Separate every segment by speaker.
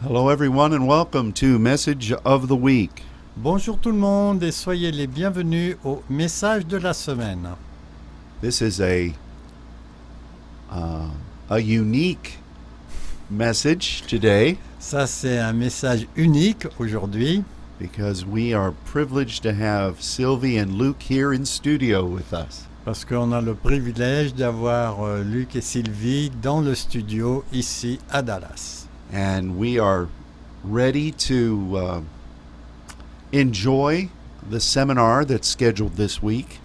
Speaker 1: Hello, everyone, and welcome to Message of the Week.
Speaker 2: Bonjour tout le monde et soyez les bienvenus au message de la semaine.
Speaker 1: This is a uh, a unique message today
Speaker 2: Ça, c'est un message unique aujourd'hui
Speaker 1: because we are privileged to have Sylvie and Luke here in studio with us.
Speaker 2: parce qu'on a le privilège d'avoir euh, Luc et Sylvie dans le studio ici à Dallas.
Speaker 1: and we are ready to uh, enjoy the seminar that's scheduled this week.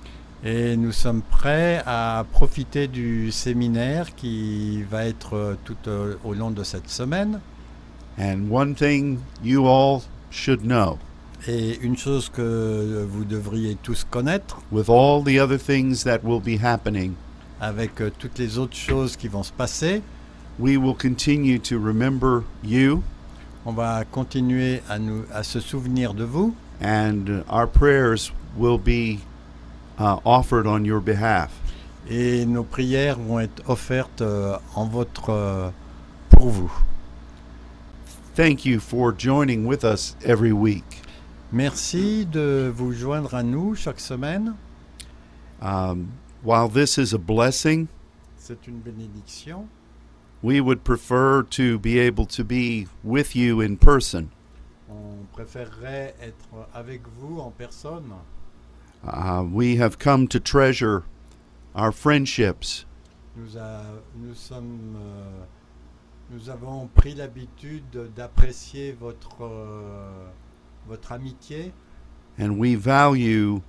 Speaker 2: Et nous sommes prêts à profiter du séminaire qui va être euh, tout euh, au long de cette semaine.
Speaker 1: And one thing you all should know
Speaker 2: Et une chose que vous devriez tous connaître,
Speaker 1: with all the other things that will be happening,
Speaker 2: avec euh, toutes les autres choses qui vont se passer,
Speaker 1: we will continue to remember you,
Speaker 2: on va continuer à, nous, à se souvenir de vous
Speaker 1: and uh, our prayers will be uh, offered on your behalf.
Speaker 2: et nos prières vont être offertes euh, en votre, euh, pour vous.
Speaker 1: Thank you for joining with us every week.
Speaker 2: Merci de vous joindre à nous chaque semaine.
Speaker 1: Um, while this is a blessing,
Speaker 2: C'est une bénédiction.
Speaker 1: We would prefer to be able to be with you in person.
Speaker 2: On préférerait être avec vous en personne.
Speaker 1: Uh, we have come to treasure our friendships,
Speaker 2: Nous, a- nous sommes, euh, nous avons pris l'habitude d'apprécier votre, euh, votre amitié
Speaker 1: and we value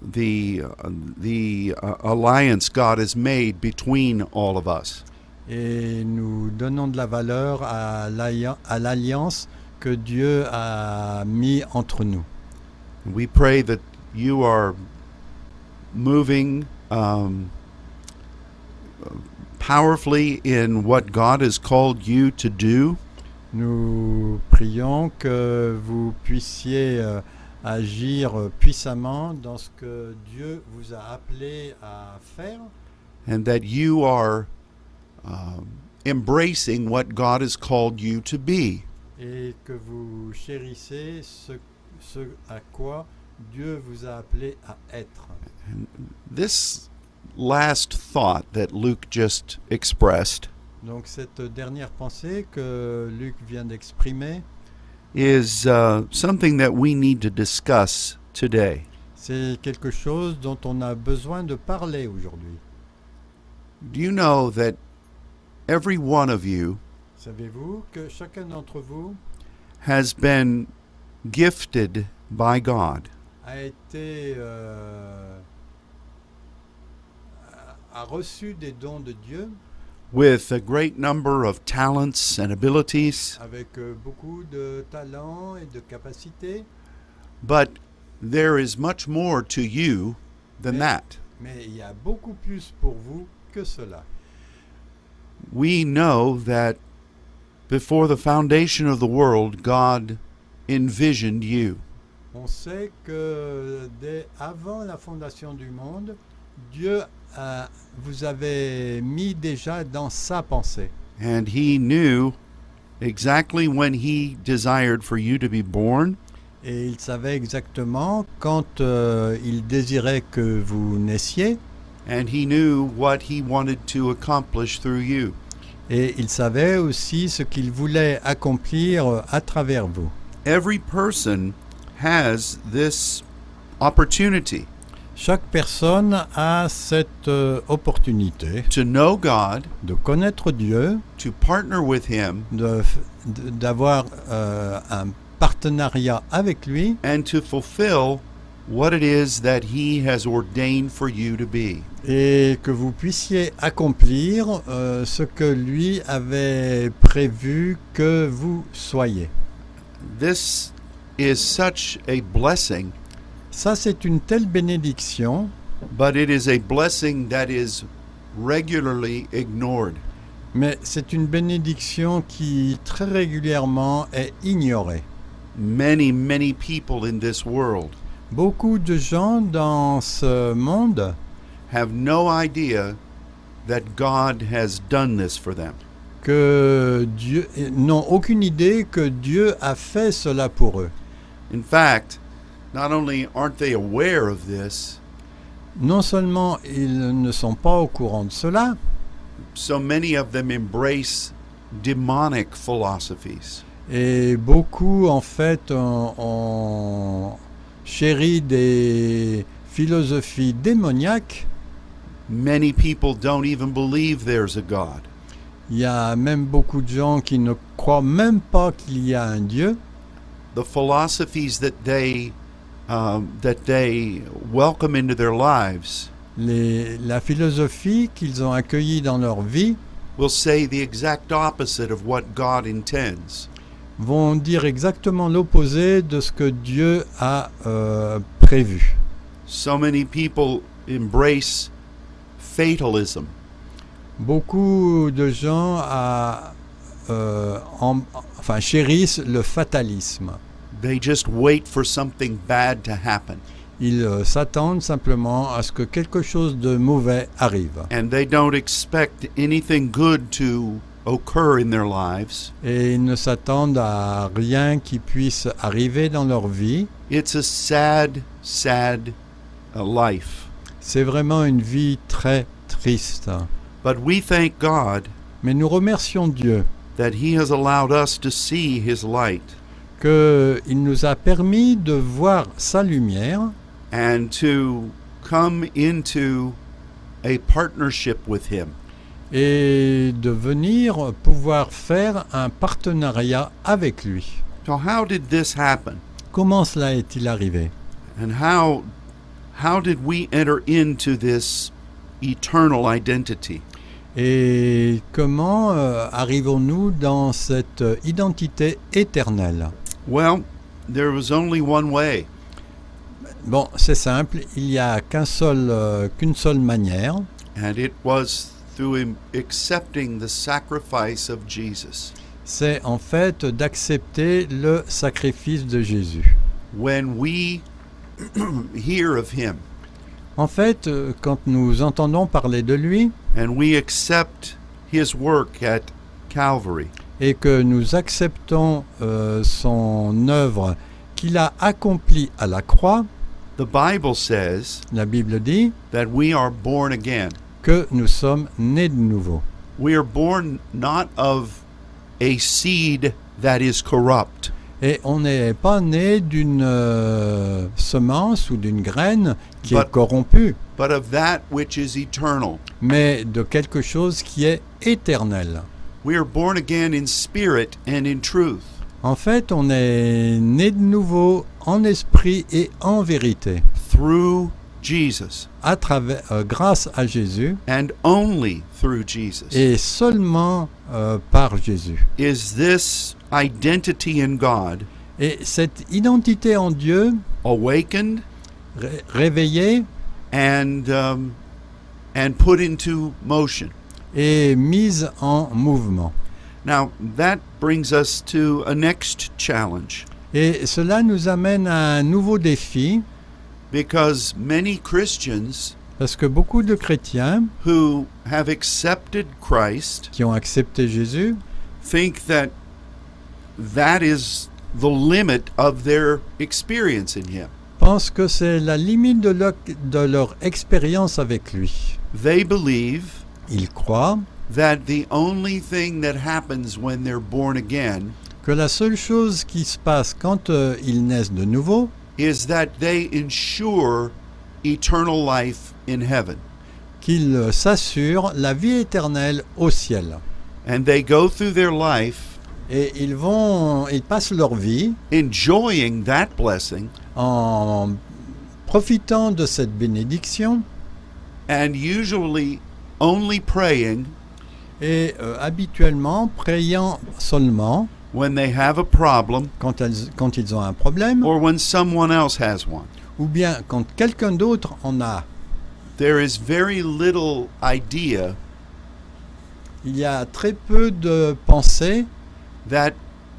Speaker 1: the uh, the uh, alliance God has made between all of us.
Speaker 2: et nous donnons de la valeur à l'allia- à l'alliance que Dieu a mis entre nous.
Speaker 1: We pray that you are moving um, powerfully in what God has called you to do.
Speaker 2: Nous prions que vous puissiez euh, agir puissamment dans ce que Dieu vous a appelé à faire
Speaker 1: and that you are um, embracing what God has called you to be.
Speaker 2: et que vous chérissez ce, ce à quoi Dieu vous a appelé à être.
Speaker 1: This last thought that Luke just expressed
Speaker 2: Donc cette dernière pensée que Luc vient d'exprimer,
Speaker 1: is uh, something that we need to discuss today.
Speaker 2: c'est quelque chose dont on a besoin de parler aujourd'hui.
Speaker 1: Do you know that every one of you
Speaker 2: Savez-vous que chacun d'entre vous
Speaker 1: has been gifted by God?
Speaker 2: a été euh, a a reçu des dons de Dieu
Speaker 1: With a great number of talents and abilities,
Speaker 2: avec euh, beaucoup de talents et de capacités,
Speaker 1: but there is much more to you than
Speaker 2: Yeah.
Speaker 1: that.
Speaker 2: mais il y a beaucoup plus pour vous que cela.
Speaker 1: we know that before the foundation of the world, God envisioned you.
Speaker 2: On sait que dès avant la fondation du monde, Dieu euh, vous avait mis déjà dans sa pensée.
Speaker 1: And He knew exactly when He desired for you to be born,
Speaker 2: Et il savait exactement quand euh, il désirait que vous naissiez,
Speaker 1: and He knew what He wanted to accomplish through you.
Speaker 2: Et il savait aussi ce qu'il voulait accomplir euh, à travers vous.
Speaker 1: Every person has this opportunity
Speaker 2: Chaque personne a cette euh, opportunité
Speaker 1: to know God,
Speaker 2: de connaître Dieu,
Speaker 1: to partner with Him,
Speaker 2: de f- de- d'avoir euh, un partenariat avec lui
Speaker 1: and to fulfill what it is that He has ordained for you to be.
Speaker 2: et que vous puissiez accomplir euh, ce que lui avait prévu que vous soyez.
Speaker 1: This is such a blessing,
Speaker 2: Ça, c'est une telle bénédiction,
Speaker 1: but it is a blessing that is regularly ignored.
Speaker 2: mais c'est une bénédiction qui très régulièrement est ignorée.
Speaker 1: Many, many people in this world
Speaker 2: Beaucoup de gens dans ce monde
Speaker 1: have no idea that God has done this for them.
Speaker 2: que Dieu n'ont aucune idée que Dieu a fait cela pour eux.
Speaker 1: In fact, not only aren't they aware of this,
Speaker 2: Non seulement ils ne sont pas au courant de cela,
Speaker 1: so many of them embrace demonic philosophies.
Speaker 2: et beaucoup en fait ont, ont chéri des philosophies démoniaques.
Speaker 1: Many people don't even believe there's a God.
Speaker 2: Il y a même beaucoup de gens qui ne croient même pas qu'il y a un Dieu.
Speaker 1: The philosophies that they um, that they welcome into their lives
Speaker 2: Les- la philosophie qu'ils ont accueillie dans leur vie
Speaker 1: will say the exact opposite of what God intends.
Speaker 2: vont dire exactement l'opposé de ce que Dieu a euh, prévu.
Speaker 1: So many people embrace fatalism.
Speaker 2: Beaucoup de gens a, euh, en- enfin, chérissent le fatalisme.
Speaker 1: They just wait for something bad to happen,
Speaker 2: Ils euh, s'attendent simplement à ce que quelque chose de mauvais arrive.
Speaker 1: and they don't expect anything good to occur in their lives.
Speaker 2: Et ils ne s'attendent à rien qui puisse arriver dans leur vie.
Speaker 1: It's a sad, sad uh, life.
Speaker 2: C'est vraiment une vie très triste.
Speaker 1: But we thank God
Speaker 2: Mais nous remercions Dieu
Speaker 1: that He has allowed us to see His light
Speaker 2: qu'il nous a permis de voir sa lumière
Speaker 1: and to come into a partnership with Him.
Speaker 2: et de venir pouvoir faire un partenariat avec lui.
Speaker 1: So, how did this happen?
Speaker 2: Comment cela est-il arrivé
Speaker 1: And how, how did we enter into this eternal identity?
Speaker 2: Et comment euh, arrivons-nous dans cette identité éternelle
Speaker 1: Well, there was only one way.
Speaker 2: Bon, c'est simple, il n'y a qu'un seul, euh, qu'une seule manière,
Speaker 1: And it was through him accepting the sacrifice of Jesus.
Speaker 2: c'est en fait d'accepter le sacrifice de Jésus.
Speaker 1: When we hear of him
Speaker 2: En fait, euh, quand nous entendons parler de lui
Speaker 1: and we accept his work at Calvary,
Speaker 2: et que nous acceptons euh, son œuvre qu'il a accomplie à la croix,
Speaker 1: the Bible says
Speaker 2: la Bible dit
Speaker 1: that we are born again.
Speaker 2: que nous sommes nés de nouveau.
Speaker 1: We are born not of a seed that is corrupt,
Speaker 2: Et on n'est pas né d'une euh, semence ou d'une graine qui
Speaker 1: But-
Speaker 2: est corrompue,
Speaker 1: but of that which is eternal.
Speaker 2: mais de quelque chose qui est éternel.
Speaker 1: We are born again in spirit and in truth.
Speaker 2: En fait, on est né de nouveau en esprit et en vérité,
Speaker 1: through Jesus
Speaker 2: à travers, euh, grâce à Jésus
Speaker 1: and only through Jesus.
Speaker 2: et seulement euh, par Jésus.
Speaker 1: Is this identity in God
Speaker 2: Et cette identité en Dieu,
Speaker 1: awakened
Speaker 2: ré- réveillée
Speaker 1: and um, and put into motion?
Speaker 2: et mise en mouvement.
Speaker 1: Now that brings us to a next challenge
Speaker 2: Et cela nous amène à un nouveau défi,
Speaker 1: because many Christians
Speaker 2: parce que beaucoup de chrétiens
Speaker 1: who have accepted Christ
Speaker 2: qui ont accepté Jésus
Speaker 1: think that that is the limit of their experience in him.
Speaker 2: pensent que c'est la limite de leur, de leur expérience avec lui.
Speaker 1: They believe
Speaker 2: Ils croient
Speaker 1: that the only thing that happens when they're born again
Speaker 2: que la seule chose qui se passe quand euh, ils naissent de nouveau,
Speaker 1: is that they ensure eternal life in heaven.
Speaker 2: qu'ils euh, s'assurent la vie éternelle au ciel.
Speaker 1: And they go through their life
Speaker 2: Et ils vont, ils passent leur vie
Speaker 1: enjoying that blessing
Speaker 2: en profitant de cette bénédiction
Speaker 1: and usually only praying
Speaker 2: et euh, habituellement priant seulement
Speaker 1: when they have a problem
Speaker 2: quand, elles- quand ils ont un problème
Speaker 1: or when someone else has one.
Speaker 2: ou bien quand quelqu'un d'autre en a.
Speaker 1: There is very little idea
Speaker 2: Il y a très peu de pensées
Speaker 1: that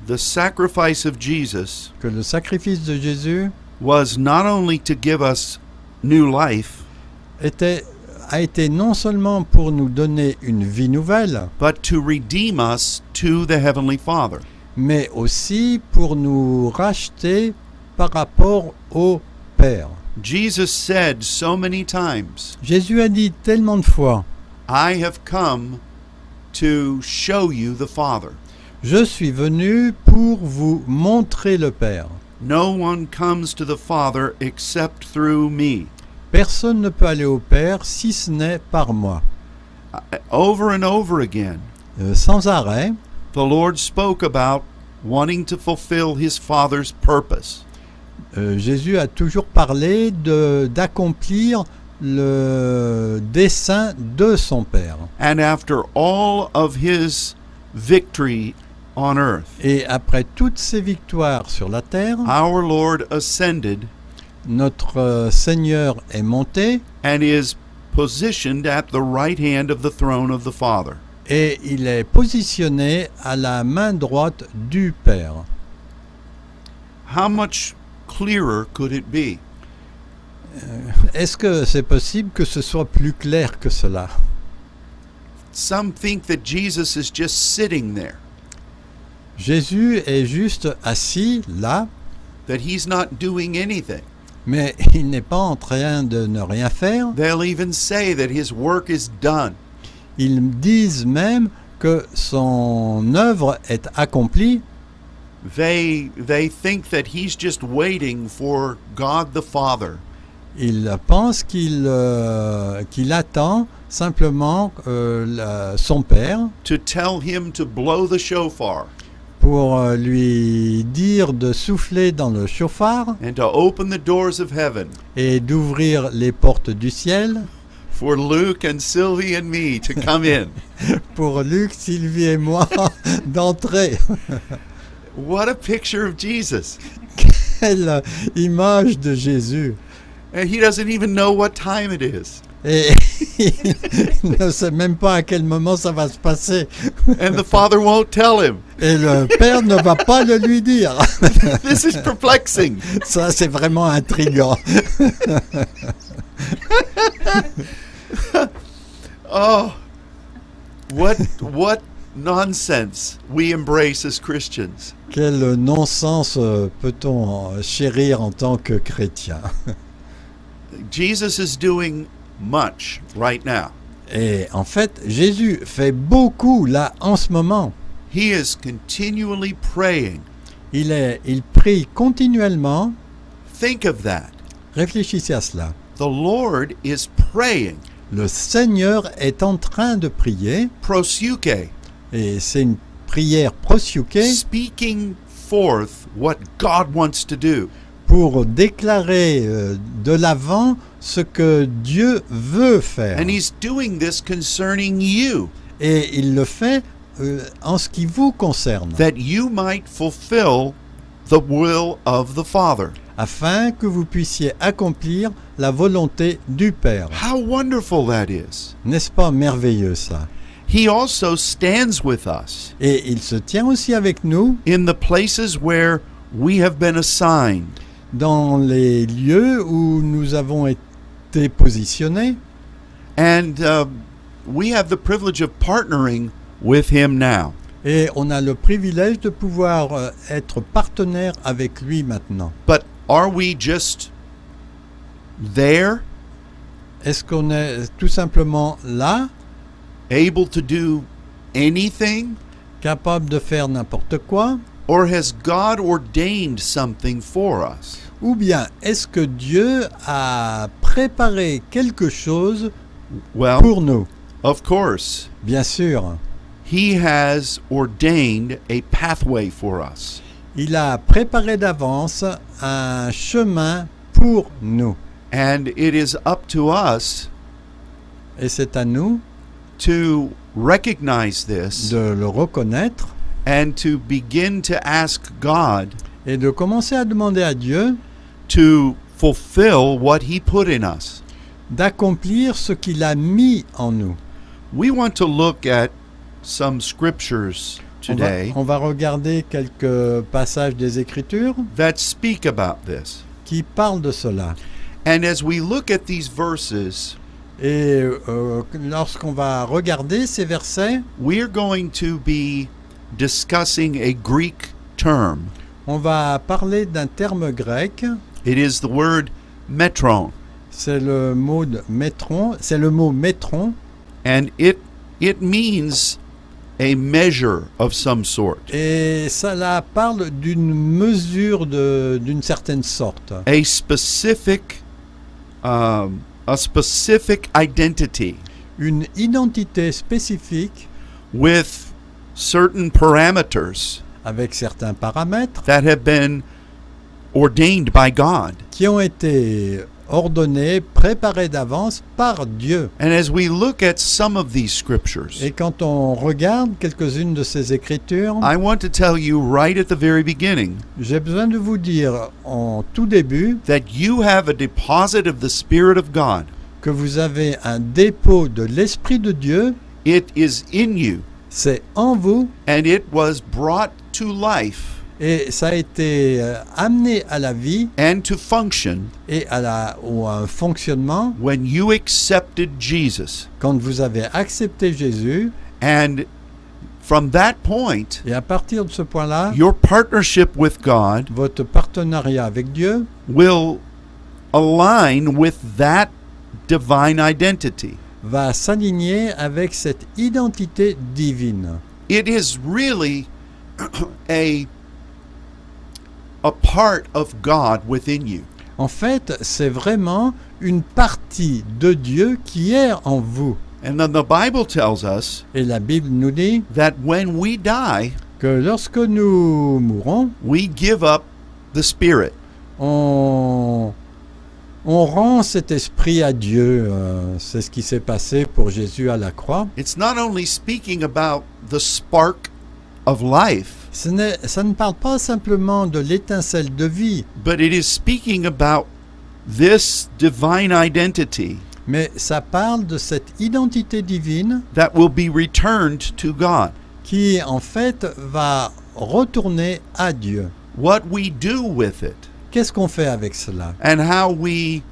Speaker 1: the sacrifice of Jesus
Speaker 2: que le sacrifice de Jésus
Speaker 1: was not only to give us new life,
Speaker 2: était a été non seulement pour nous donner une vie nouvelle,
Speaker 1: but to redeem us to the Heavenly Father.
Speaker 2: mais aussi pour nous racheter par rapport au Père.
Speaker 1: Jesus said so many times,
Speaker 2: Jésus a dit tellement de fois,
Speaker 1: I have come to show you the Father.
Speaker 2: je suis venu pour vous montrer le Père.
Speaker 1: No one comes to the Father except through me.
Speaker 2: Personne ne peut aller au Père si ce n'est par moi.
Speaker 1: Over and over again,
Speaker 2: Euh, sans arrêt,
Speaker 1: the Lord spoke about wanting to fulfill his Father's purpose.
Speaker 2: euh, Jésus a toujours parlé de- d'accomplir le dessein de son Père.
Speaker 1: And after all of his victory on earth,
Speaker 2: Et après toutes ces victoires sur la terre,
Speaker 1: our Lord ascended
Speaker 2: notre euh, Seigneur est monté
Speaker 1: and is positioned at the right hand of the throne of the Father.
Speaker 2: et il est positionné à la main droite du Père.
Speaker 1: How much clearer could it be?
Speaker 2: Est-ce que c'est possible que ce soit plus clair que cela
Speaker 1: Some think that Jesus is just sitting there,
Speaker 2: Jésus est juste assis là,
Speaker 1: that he's not doing anything.
Speaker 2: mais il n'est pas en train de ne rien faire.
Speaker 1: They'll even say that his work is done.
Speaker 2: Ils disent même que son œuvre est accomplie.
Speaker 1: They they think that he's just waiting for God the Father
Speaker 2: Ils pensent qu'il euh, qu'il attend simplement euh, la- son Père
Speaker 1: to tell him to blow the shofar
Speaker 2: pour euh, lui dire de souffler dans le chauffard
Speaker 1: and to open the doors of heaven
Speaker 2: et d'ouvrir les portes du ciel
Speaker 1: for Luke and Sylvie and me to come in.
Speaker 2: pour Luc, Sylvie et moi d'entrer.
Speaker 1: what a picture of Jesus.
Speaker 2: Quelle image de Jésus
Speaker 1: And he doesn't even know what time it is.
Speaker 2: Et il ne sait même pas à quel moment ça va se passer.
Speaker 1: And the Father won't tell him.
Speaker 2: Et le Père ne va pas le lui dire.
Speaker 1: This is perplexing.
Speaker 2: Ça, c'est vraiment intrigant.
Speaker 1: Oh, what what nonsense we embrace as Christians.
Speaker 2: Quel non-sens euh, peut-on euh, chérir en tant que chrétien
Speaker 1: Jesus is doing much right now.
Speaker 2: Et en fait, Jésus fait beaucoup là en ce moment.
Speaker 1: He is continually praying.
Speaker 2: Il, est, il prie continuellement.
Speaker 1: Think of that.
Speaker 2: Réfléchissez à cela.
Speaker 1: The Lord is praying.
Speaker 2: Le Seigneur est en train de prier,
Speaker 1: Prosuke,
Speaker 2: et c'est une prière prosuquée
Speaker 1: speaking forth what God wants to do.
Speaker 2: pour déclarer euh, de l'avant ce que Dieu veut faire.
Speaker 1: And He's doing this concerning you,
Speaker 2: Et il le fait euh, en ce qui vous concerne,
Speaker 1: that you might fulfill the will of the Father.
Speaker 2: afin que vous puissiez accomplir la volonté du Père.
Speaker 1: How wonderful that is.
Speaker 2: N'est-ce pas merveilleux ça
Speaker 1: He also stands with us
Speaker 2: Et il se tient aussi avec nous
Speaker 1: in the places where we have been assigned.
Speaker 2: dans les lieux où nous avons été positionnés
Speaker 1: And uh, we have the privilege of partnering with him now.
Speaker 2: et on a le privilège de pouvoir euh, être partenaire avec lui maintenant.
Speaker 1: But are we just there,
Speaker 2: Est-ce qu'on est tout simplement là,
Speaker 1: able to do anything?
Speaker 2: capable de faire n'importe quoi
Speaker 1: Or has God ordained something for us?
Speaker 2: ou bien est-ce que Dieu a préparé quelque chose
Speaker 1: Well,
Speaker 2: pour nous
Speaker 1: of course,
Speaker 2: Bien sûr,
Speaker 1: he has ordained a pathway for us.
Speaker 2: il a préparé d'avance un chemin pour nous.
Speaker 1: And it is up to us
Speaker 2: Et c'est à nous
Speaker 1: to recognize this
Speaker 2: de le reconnaître
Speaker 1: and to begin to ask God
Speaker 2: et de commencer à demander à Dieu
Speaker 1: to fulfill what He put in us.
Speaker 2: d'accomplir ce qu'il a mis en nous.
Speaker 1: We want to look at some scriptures
Speaker 2: On va,
Speaker 1: today
Speaker 2: on va regarder quelques passages des Écritures
Speaker 1: that speak about this.
Speaker 2: qui parlent de cela.
Speaker 1: And as we look at these verses,
Speaker 2: Et euh, lorsqu'on va regarder ces versets,
Speaker 1: we're going to be discussing a Greek term.
Speaker 2: on va parler d'un terme grec.
Speaker 1: It is the word metron,
Speaker 2: C'est le mot de métron. C'est le mot métron
Speaker 1: and it it means a measure of some sort,
Speaker 2: et cela parle d'une mesure de- d'une certaine sorte,
Speaker 1: a specific um, a specific identity
Speaker 2: une identité spécifique
Speaker 1: with certain parameters
Speaker 2: avec certains paramètres
Speaker 1: that have been ordained by God.
Speaker 2: qui ont été ordonnés, préparés d'avance par Dieu.
Speaker 1: And as we look at some of these scriptures,
Speaker 2: Et quand on regarde quelques-unes de ces écritures,
Speaker 1: I want to tell you right at the very beginning
Speaker 2: j'ai besoin de vous dire en tout début
Speaker 1: that you have a deposit of the Spirit of God.
Speaker 2: que vous avez un dépôt de l'Esprit de Dieu,
Speaker 1: It is in you,
Speaker 2: c'est en vous,
Speaker 1: and it was brought to life
Speaker 2: et ça a été euh, amené à la vie
Speaker 1: and to function
Speaker 2: et à, la, ou à un fonctionnement
Speaker 1: when you accepted Jesus.
Speaker 2: quand vous avez accepté Jésus,
Speaker 1: And from that point,
Speaker 2: et à partir de ce point-là,
Speaker 1: your partnership with God
Speaker 2: votre partenariat avec Dieu
Speaker 1: will align with that divine identity.
Speaker 2: va s'aligner avec cette identité divine.
Speaker 1: It is really a a part of God within you.
Speaker 2: En fait, c'est vraiment une partie de Dieu qui est en vous.
Speaker 1: And then the Bible tells us
Speaker 2: Et la Bible nous dit
Speaker 1: that when we die,
Speaker 2: que lorsque nous mourons,
Speaker 1: we give up the spirit.
Speaker 2: on, on rend cet esprit à Dieu. Euh, c'est ce qui s'est passé pour Jésus à la croix.
Speaker 1: It's not only speaking about the spark of life,
Speaker 2: Ce n'est- ça ne parle pas simplement de l'étincelle de vie,
Speaker 1: but it is speaking about this divine identity
Speaker 2: mais ça parle de cette identité divine
Speaker 1: that will be returned to God.
Speaker 2: qui en fait va retourner à Dieu.
Speaker 1: What we do with it
Speaker 2: Qu'est-ce qu'on fait avec cela
Speaker 1: and how we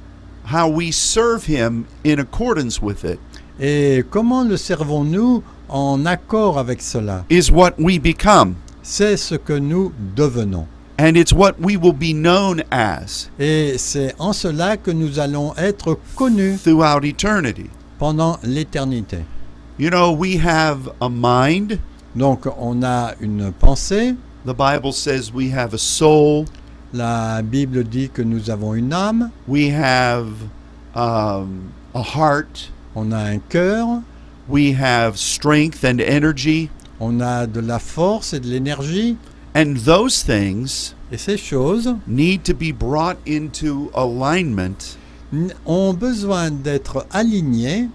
Speaker 1: how we serve him in accordance with it
Speaker 2: Et comment le servons-nous en accord avec cela
Speaker 1: is what we become
Speaker 2: C'est ce que nous devenons.
Speaker 1: and it's what we will be known as
Speaker 2: Et c'est en cela que nous allons être connus
Speaker 1: throughout eternity.
Speaker 2: pendant l'éternité.
Speaker 1: You know, we have a mind.
Speaker 2: Donc on a une pensée,
Speaker 1: The Bible says we have a soul.
Speaker 2: la Bible dit que nous avons une âme,
Speaker 1: We have um, a heart.
Speaker 2: on a un cœur,
Speaker 1: We have strength and energy.
Speaker 2: on a de la force et de l'énergie.
Speaker 1: And those things
Speaker 2: Et ces choses
Speaker 1: need to be brought into alignment
Speaker 2: n- ont besoin d'être alignées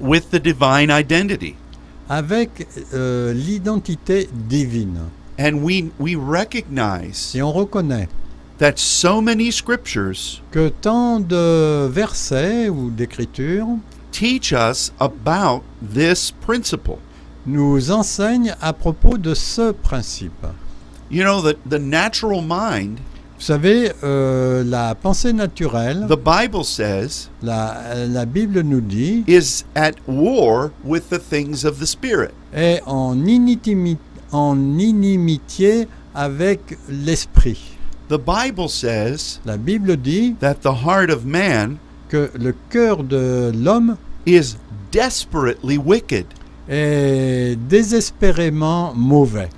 Speaker 1: with the divine identity.
Speaker 2: avec euh, l'identité divine.
Speaker 1: And we, we recognize
Speaker 2: Si on reconnaît
Speaker 1: that so many scriptures
Speaker 2: que tant de versets ou d'écritures
Speaker 1: teach us about this principle.
Speaker 2: nous enseignent à propos de ce principe.
Speaker 1: You know, that the natural mind,
Speaker 2: Vous savez, euh, la pensée naturelle,
Speaker 1: the Bible says,
Speaker 2: la, la Bible nous dit,
Speaker 1: is at war with the things of the Spirit.
Speaker 2: est en, initimi- en inimitié avec l'esprit.
Speaker 1: The Bible says
Speaker 2: La Bible dit
Speaker 1: that the heart of man
Speaker 2: que le cœur de l'homme
Speaker 1: is desperately wicked.
Speaker 2: est désespérément mauvais.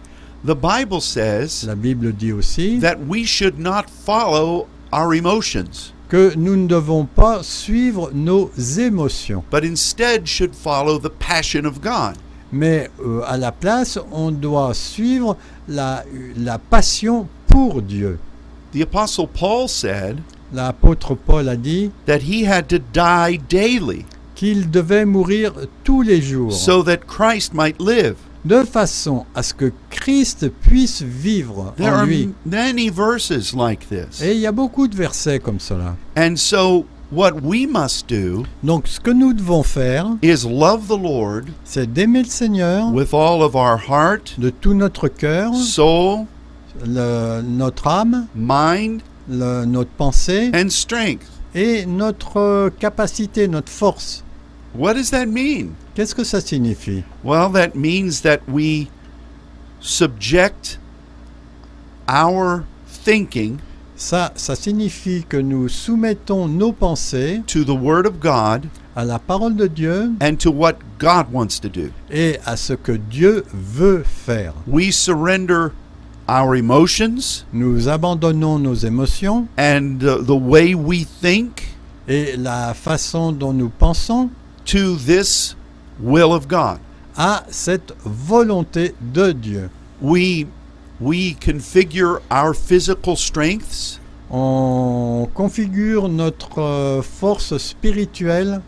Speaker 1: The Bible says
Speaker 2: La Bible dit aussi
Speaker 1: that we should not follow our emotions,
Speaker 2: que nous ne devons pas suivre nos émotions,
Speaker 1: but instead should follow the passion of God.
Speaker 2: mais euh, à la place, on doit suivre la, la passion pour Dieu.
Speaker 1: The Apostle Paul said
Speaker 2: L'apôtre Paul a dit
Speaker 1: that he had to die daily
Speaker 2: qu'il devait mourir tous les jours,
Speaker 1: so that Christ might live.
Speaker 2: de façon à ce que Christ puisse vivre
Speaker 1: There
Speaker 2: en
Speaker 1: are
Speaker 2: lui.
Speaker 1: many verses like this.
Speaker 2: Et il y a beaucoup de versets comme cela.
Speaker 1: And so, what we must do
Speaker 2: Donc ce que nous devons faire,
Speaker 1: is love the Lord
Speaker 2: c'est d'aimer le Seigneur
Speaker 1: with all of our heart,
Speaker 2: de tout notre cœur,
Speaker 1: soul,
Speaker 2: le- notre âme,
Speaker 1: mind,
Speaker 2: le- notre pensée
Speaker 1: and strength.
Speaker 2: et notre capacité, notre force.
Speaker 1: What does that mean?
Speaker 2: Qu'est-ce que ça signifie
Speaker 1: Well, that means that we subject our thinking
Speaker 2: Ça, ça signifie que nous soumettons nos pensées
Speaker 1: to the Word of God
Speaker 2: à la parole de Dieu
Speaker 1: and to what God wants to do.
Speaker 2: et à ce que Dieu veut faire.
Speaker 1: We surrender our emotions
Speaker 2: Nous abandonnons nos émotions
Speaker 1: and uh, the way we think
Speaker 2: et la façon dont nous pensons
Speaker 1: to this will of God.
Speaker 2: à cette volonté de Dieu.
Speaker 1: We we configure our physical strengths
Speaker 2: On configure notre euh, force spirituelle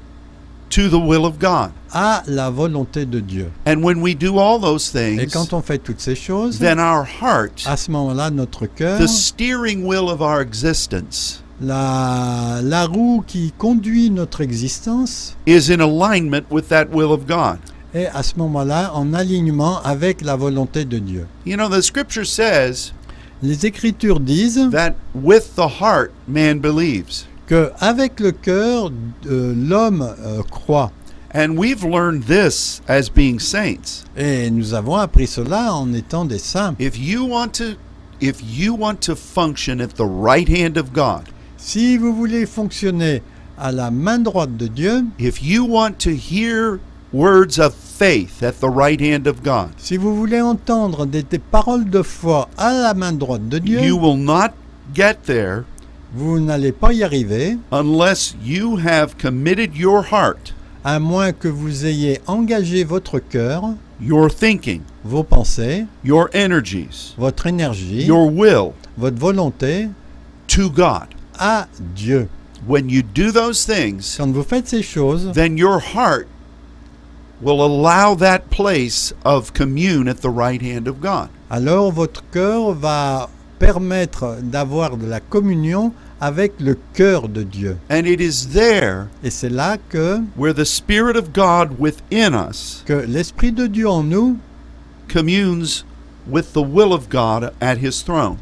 Speaker 1: to the will of God.
Speaker 2: à la volonté de Dieu.
Speaker 1: And when we do all those
Speaker 2: Et
Speaker 1: things,
Speaker 2: quand on Ah. fait toutes ces choses,
Speaker 1: then our heart,
Speaker 2: à ce moment-là, notre cœur,
Speaker 1: the steering wheel of our existence,
Speaker 2: la, la roue qui conduit notre existence,
Speaker 1: is in alignment with that will of God.
Speaker 2: est à ce moment-là en alignement avec la volonté de Dieu.
Speaker 1: You know, the scripture says
Speaker 2: Les Écritures disent
Speaker 1: that with the heart man believes.
Speaker 2: que avec le cœur, euh, l'homme euh, croit.
Speaker 1: And we've learned this as being saints.
Speaker 2: Et nous avons appris cela en étant des saints.
Speaker 1: If you want to if you want to function at the right hand of God,
Speaker 2: Si vous voulez fonctionner à la main droite de Dieu,
Speaker 1: if you want to hear words of faith at the right hand of God,
Speaker 2: si vous voulez entendre des, des paroles de foi à la main droite de Dieu,
Speaker 1: you will not get there
Speaker 2: vous n'allez pas y arriver
Speaker 1: unless you have committed your heart,
Speaker 2: à moins que vous ayez engagé votre cœur,
Speaker 1: your thinking,
Speaker 2: vos pensées,
Speaker 1: your energies,
Speaker 2: votre énergie,
Speaker 1: your will
Speaker 2: votre volonté
Speaker 1: to God.
Speaker 2: à Dieu.
Speaker 1: When you do those things,
Speaker 2: Quand vous faites ces choses,
Speaker 1: then your heart will allow that place of commune at the right hand of God.
Speaker 2: alors votre cœur va permettre d'avoir de la communion avec le cœur de Dieu.
Speaker 1: And it is there
Speaker 2: Et c'est là que,
Speaker 1: where the Spirit of God within us
Speaker 2: que l'Esprit de Dieu en nous
Speaker 1: communes with the will of God at His throne.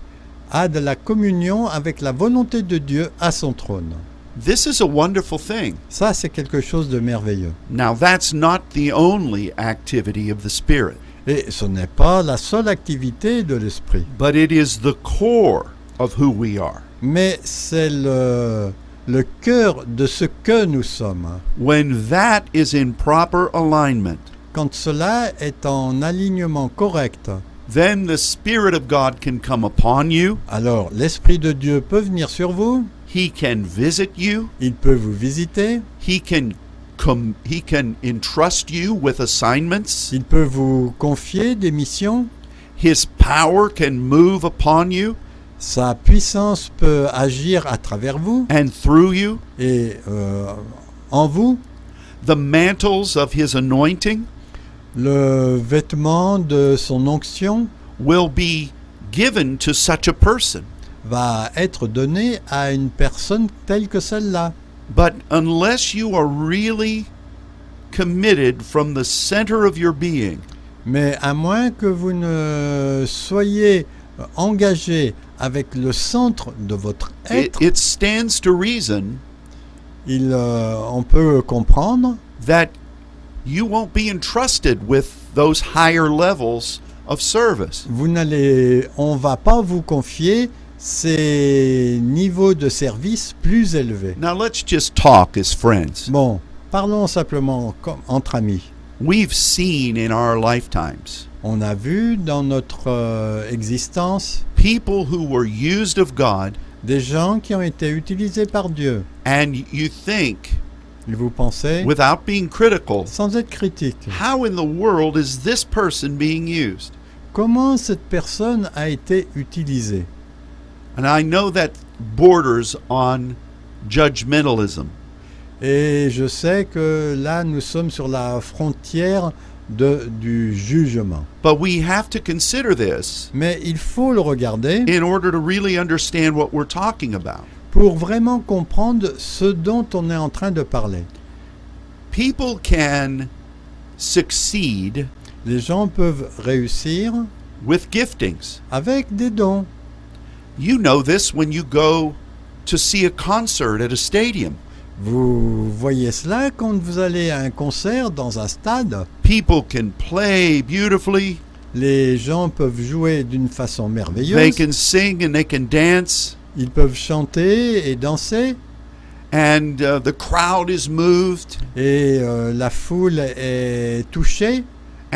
Speaker 2: a de la communion avec la volonté de Dieu à son trône.
Speaker 1: This is a wonderful thing.
Speaker 2: Ça, c'est quelque chose de merveilleux.
Speaker 1: Now, that's not the only activity of the Spirit,
Speaker 2: Et ce n'est pas la seule activité de l'esprit,
Speaker 1: but it is the core of who we are.
Speaker 2: mais c'est le, le cœur de ce que nous sommes.
Speaker 1: When that is in proper alignment,
Speaker 2: Quand cela est en alignement correct,
Speaker 1: then the Spirit of God can come upon you,
Speaker 2: alors l'Esprit de Dieu peut venir sur vous,
Speaker 1: He can visit you,
Speaker 2: il peut vous visiter,
Speaker 1: He can com- he can entrust you with assignments.
Speaker 2: il peut vous confier des missions,
Speaker 1: His power can move upon you
Speaker 2: sa puissance peut agir à travers vous
Speaker 1: and through you.
Speaker 2: et euh, en vous.
Speaker 1: The mantles of his anointing
Speaker 2: Le vêtement de son onction
Speaker 1: will be given to such a person.
Speaker 2: va être donné à une personne telle que celle-là.
Speaker 1: But unless you are really committed from the center of your being
Speaker 2: Mais à moins que vous ne soyez engagé avec le centre de votre
Speaker 1: it,
Speaker 2: être,
Speaker 1: it stands to reason
Speaker 2: il, euh, on peut comprendre
Speaker 1: that you won't be entrusted with those higher levels of service.
Speaker 2: vous n'allez, on va pas vous confier ces niveaux de service plus élevés.
Speaker 1: Now let's just talk as friends.
Speaker 2: Bon, parlons simplement comme entre amis.
Speaker 1: We've seen in our lifetimes
Speaker 2: On a vu dans notre euh, existence
Speaker 1: people who were used of God,
Speaker 2: des gens qui ont été utilisés par Dieu.
Speaker 1: and you think,
Speaker 2: Et vous pensez,
Speaker 1: without being critical,
Speaker 2: sans être critique,
Speaker 1: how in the world is this person being used?
Speaker 2: comment cette personne a été utilisée
Speaker 1: And I know that borders on judgmentalism,
Speaker 2: Et je sais que là, nous sommes sur la frontière de, du jugement.
Speaker 1: but we have to consider this
Speaker 2: Mais il faut le regarder
Speaker 1: in order to really understand what we're talking about.
Speaker 2: pour vraiment comprendre ce dont on est en train de parler.
Speaker 1: People can succeed
Speaker 2: Les gens peuvent réussir
Speaker 1: with giftings.
Speaker 2: avec des dons.
Speaker 1: You know this when you go to see a concert at a stadium.
Speaker 2: Vous voyez cela quand vous allez à un concert dans un stade.
Speaker 1: People can play beautifully,
Speaker 2: Les gens peuvent jouer d'une façon
Speaker 1: they
Speaker 2: merveilleuse.
Speaker 1: can sing and they can dance,
Speaker 2: Ils peuvent chanter et danser.
Speaker 1: and uh, the crowd is moved.
Speaker 2: Et euh, la foule est touchée.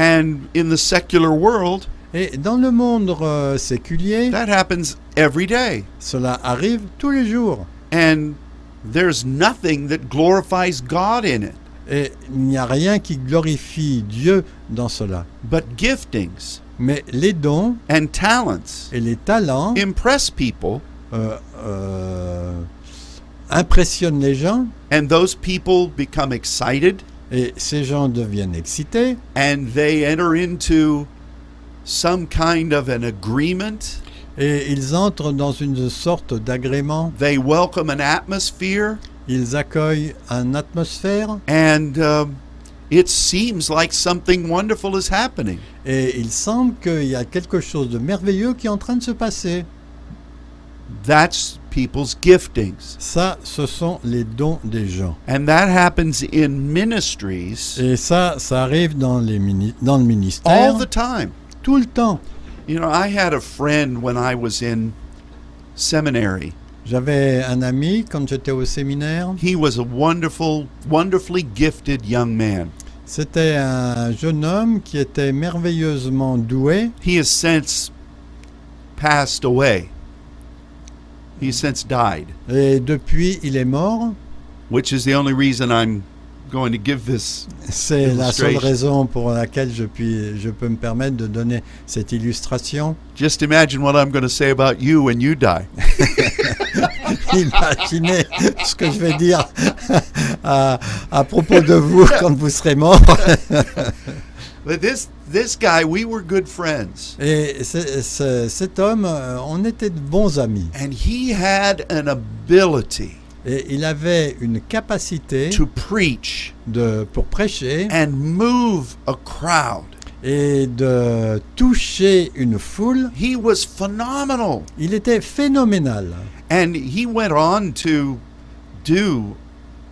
Speaker 1: And in the secular world,
Speaker 2: Et dans le monde euh, séculier,
Speaker 1: that happens every day.
Speaker 2: cela arrive tous les jours.
Speaker 1: And there's nothing that glorifies God in it
Speaker 2: Et il n'y a rien qui glorifie Dieu dans cela.
Speaker 1: but giftings.
Speaker 2: Mais les dons
Speaker 1: and talents
Speaker 2: et les talents
Speaker 1: impress people,
Speaker 2: euh, euh, impressionnent les gens
Speaker 1: and those people become excited
Speaker 2: et ces gens deviennent excités
Speaker 1: and they enter into some kind of an agreement.
Speaker 2: et ils entrent dans une sorte d'agrément.
Speaker 1: They welcome an atmosphere,
Speaker 2: Ils accueillent un atmosphère
Speaker 1: and um, it seems like something wonderful is happening.
Speaker 2: et il semble qu'il y a quelque chose de merveilleux qui est en train de se passer.
Speaker 1: That's people's giftings.
Speaker 2: Ça, ce sont les dons des gens.
Speaker 1: And that happens in ministries
Speaker 2: Et ça, ça arrive dans, les mini- dans le ministère
Speaker 1: all the time.
Speaker 2: tout le temps.
Speaker 1: You know, I had a friend when I was in seminary.
Speaker 2: J'avais un ami quand j'étais au séminaire.
Speaker 1: He was a wonderful, wonderfully gifted young man.
Speaker 2: C'était un jeune homme qui était merveilleusement doué.
Speaker 1: He has since passed away. He has since died,
Speaker 2: Et depuis, il est mort.
Speaker 1: which is the only reason I'm going to give this.
Speaker 2: C'est la seule
Speaker 1: Illustration.
Speaker 2: raison pour laquelle je, puis, je peux me permettre de donner cette illustration.
Speaker 1: Just imagine what I'm going to say about you when you die.
Speaker 2: Imaginez ce que je vais dire à, à propos de vous quand vous serez mort.
Speaker 1: But this this guy, we were good friends,
Speaker 2: Et c'est- c'est- cet homme, euh, on était de bons amis.
Speaker 1: and he had an ability
Speaker 2: Et il avait une capacité
Speaker 1: to preach
Speaker 2: de, pour prêcher
Speaker 1: and move a crowd.
Speaker 2: et de toucher une foule.
Speaker 1: He was phenomenal,
Speaker 2: Il était phénoménal.
Speaker 1: and he went on to do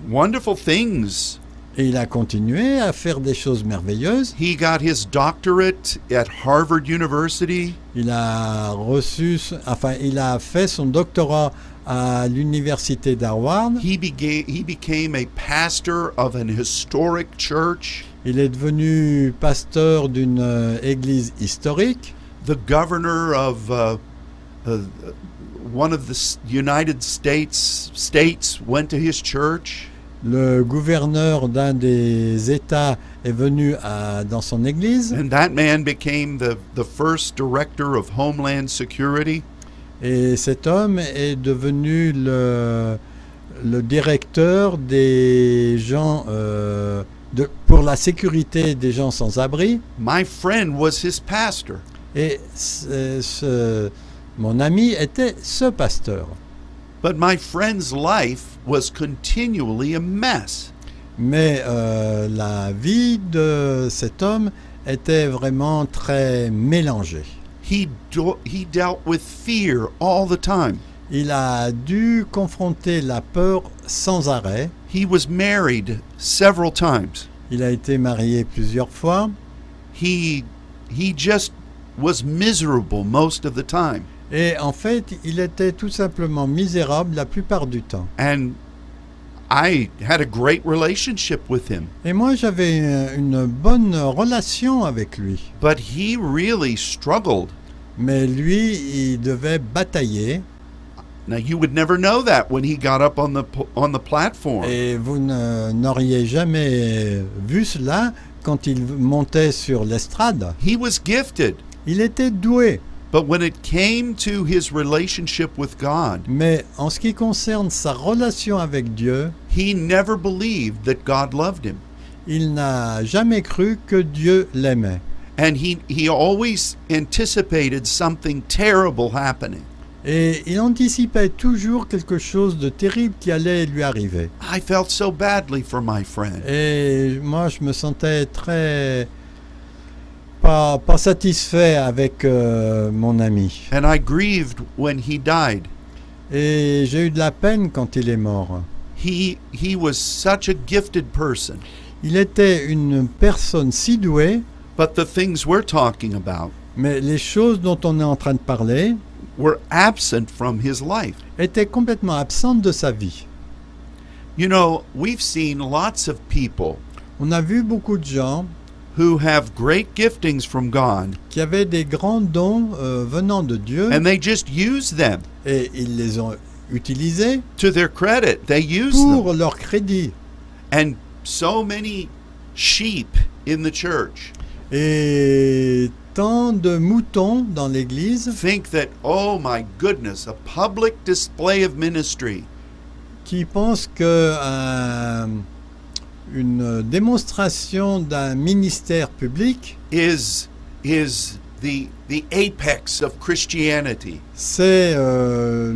Speaker 1: wonderful things
Speaker 2: Et il a continué à faire des choses merveilleuses.
Speaker 1: He got his doctorate at Harvard University.
Speaker 2: Il a reçu, enfin, il a fait son doctorat à l'université d'Harvard.
Speaker 1: He began he became a pastor of an historic church.
Speaker 2: Il est devenu pasteur d'une euh, église historique.
Speaker 1: The governor of uh, uh, one of the s- United States states went to his church.
Speaker 2: Le gouverneur d'un des États est venu à- dans son église
Speaker 1: And that man became the, the first director of Homeland Security.
Speaker 2: et cet homme est devenu le, le directeur des gens euh, de- pour la sécurité des gens sans abri.
Speaker 1: My friend was his pastor.
Speaker 2: Et ce- ce- mon ami était ce pasteur.
Speaker 1: But my friend's life was continually a mess.
Speaker 2: Mais euh, la vie de cet homme était vraiment très mélangée.
Speaker 1: He, do- he dealt with fear all the time.
Speaker 2: Il a dû confronter la peur sans arrêt.
Speaker 1: He was married several times.
Speaker 2: Il a été marié plusieurs fois
Speaker 1: He he just was miserable most of the time.
Speaker 2: et en fait, il était tout simplement misérable la plupart du temps.
Speaker 1: And I had a great relationship with him,
Speaker 2: Et moi, j'avais euh, une bonne relation avec lui.
Speaker 1: but he really struggled.
Speaker 2: Mais lui, il devait batailler
Speaker 1: Now you would never know that when he got up on the p- on the platform.
Speaker 2: et vous ne- n'auriez jamais vu cela quand il montait sur l'estrade.
Speaker 1: He was gifted,
Speaker 2: Il était doué,
Speaker 1: but when it came to his relationship with God,
Speaker 2: mais en ce qui concerne sa relation avec Dieu,
Speaker 1: he never believed that God loved him.
Speaker 2: il n'a jamais cru que Dieu l'aimait.
Speaker 1: And he, he always anticipated something terrible happening.
Speaker 2: Et il anticipait toujours quelque chose de terrible qui allait lui arriver.
Speaker 1: I felt so badly for my friend.
Speaker 2: Et moi, je me sentais très... pas, pas satisfait avec euh, mon ami.
Speaker 1: And I grieved when he died.
Speaker 2: Et j'ai eu de la peine quand il est mort.
Speaker 1: He, he was such a gifted person,
Speaker 2: Il était une personne si douée,
Speaker 1: but the things we're talking about
Speaker 2: mais les choses dont on est en train de parler
Speaker 1: were absent from his life.
Speaker 2: étaient complètement absentes de sa vie.
Speaker 1: You know, we've seen lots of people
Speaker 2: On a vu beaucoup de gens
Speaker 1: who have great giftings from God
Speaker 2: qui avaient des grands dons euh, venant de Dieu
Speaker 1: and they just use them
Speaker 2: et ils les ont utilisés
Speaker 1: to their credit. They use them.
Speaker 2: pour leur crédit.
Speaker 1: And so many sheep in the church
Speaker 2: Et tant de moutons dans l'Église
Speaker 1: think that, oh my goodness, a public display of ministry
Speaker 2: qui pensent que un- une démonstration d'un ministère public,
Speaker 1: is is the the apex of Christianity.
Speaker 2: c'est euh,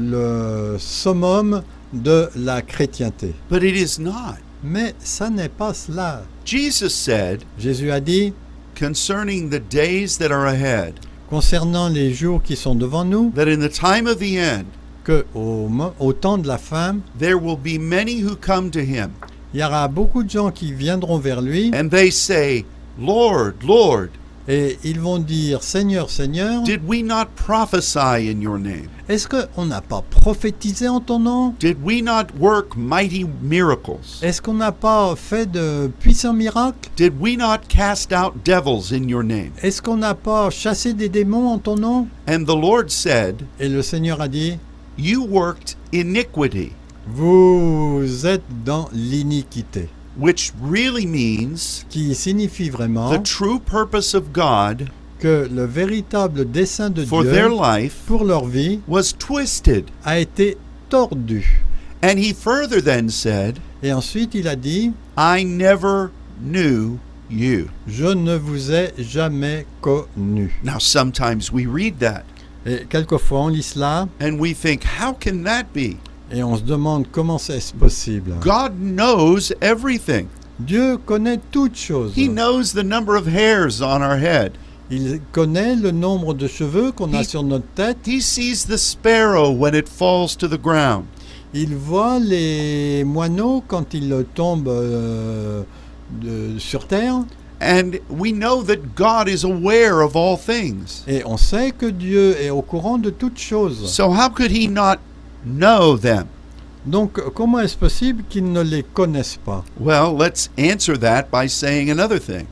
Speaker 2: le summum de la chrétienté.
Speaker 1: But it is not.
Speaker 2: Mais ça n'est pas cela.
Speaker 1: Jesus said
Speaker 2: Jésus a dit,
Speaker 1: concerning the days that are ahead,
Speaker 2: concernant les jours qui sont devant nous,
Speaker 1: that in the time of the end
Speaker 2: que au, mo- au temps de la fin,
Speaker 1: there will be many who come to him
Speaker 2: il y aura beaucoup de gens qui viendront vers lui
Speaker 1: and they say, "Lord, Lord,
Speaker 2: et ils vont dire, Seigneur, Seigneur,
Speaker 1: did we not prophesy in your name?
Speaker 2: est-ce qu'on n'a pas prophétisé en ton nom
Speaker 1: Did we not work mighty miracles?
Speaker 2: Est-ce qu'on n'a pas fait de puissants miracles
Speaker 1: Did we not cast out devils in your name?"
Speaker 2: Est-ce qu'on n'a pas chassé des démons en ton nom
Speaker 1: And the Lord said,
Speaker 2: Et le Seigneur a dit,
Speaker 1: "You worked iniquity."
Speaker 2: vous êtes dans l'iniquité,
Speaker 1: which really means
Speaker 2: qui signifie vraiment
Speaker 1: the true purpose of God
Speaker 2: que le véritable dessein de
Speaker 1: for their
Speaker 2: Dieu
Speaker 1: life
Speaker 2: pour leur vie
Speaker 1: was twisted.
Speaker 2: a été tordu.
Speaker 1: And he further then said,
Speaker 2: Et ensuite il a dit,
Speaker 1: I never knew you.
Speaker 2: je ne vous ai jamais connu.
Speaker 1: Now, sometimes we read that
Speaker 2: Et quelquefois on lit cela
Speaker 1: and we think, how can that be?
Speaker 2: et on se demande comment c'est possible.
Speaker 1: God knows everything.
Speaker 2: Dieu connaît toutes choses.
Speaker 1: He knows the number of hairs on our head.
Speaker 2: Il connaît le nombre de cheveux qu'on a
Speaker 1: Il-
Speaker 2: sur notre tête.
Speaker 1: He sees the sparrow when it falls to the ground.
Speaker 2: Il voit les moineaux quand ils tombent euh, de- sur terre.
Speaker 1: And we know that God is aware of all things.
Speaker 2: Et on sait que Dieu est au courant de toutes choses.
Speaker 1: So, how could he not know them?
Speaker 2: Donc comment est-ce possible qu'ils ne les connaissent pas
Speaker 1: Well, let's answer that by saying another thing.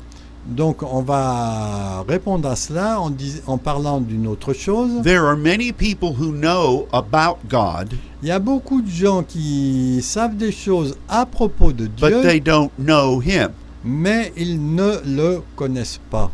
Speaker 2: Donc on va répondre à cela en, dis- en parlant d'une autre chose.
Speaker 1: There are many people who know about God,
Speaker 2: Il y a beaucoup de gens qui savent des choses à propos de
Speaker 1: but they
Speaker 2: Dieu,
Speaker 1: don't know Him.
Speaker 2: mais ils ne le connaissent pas.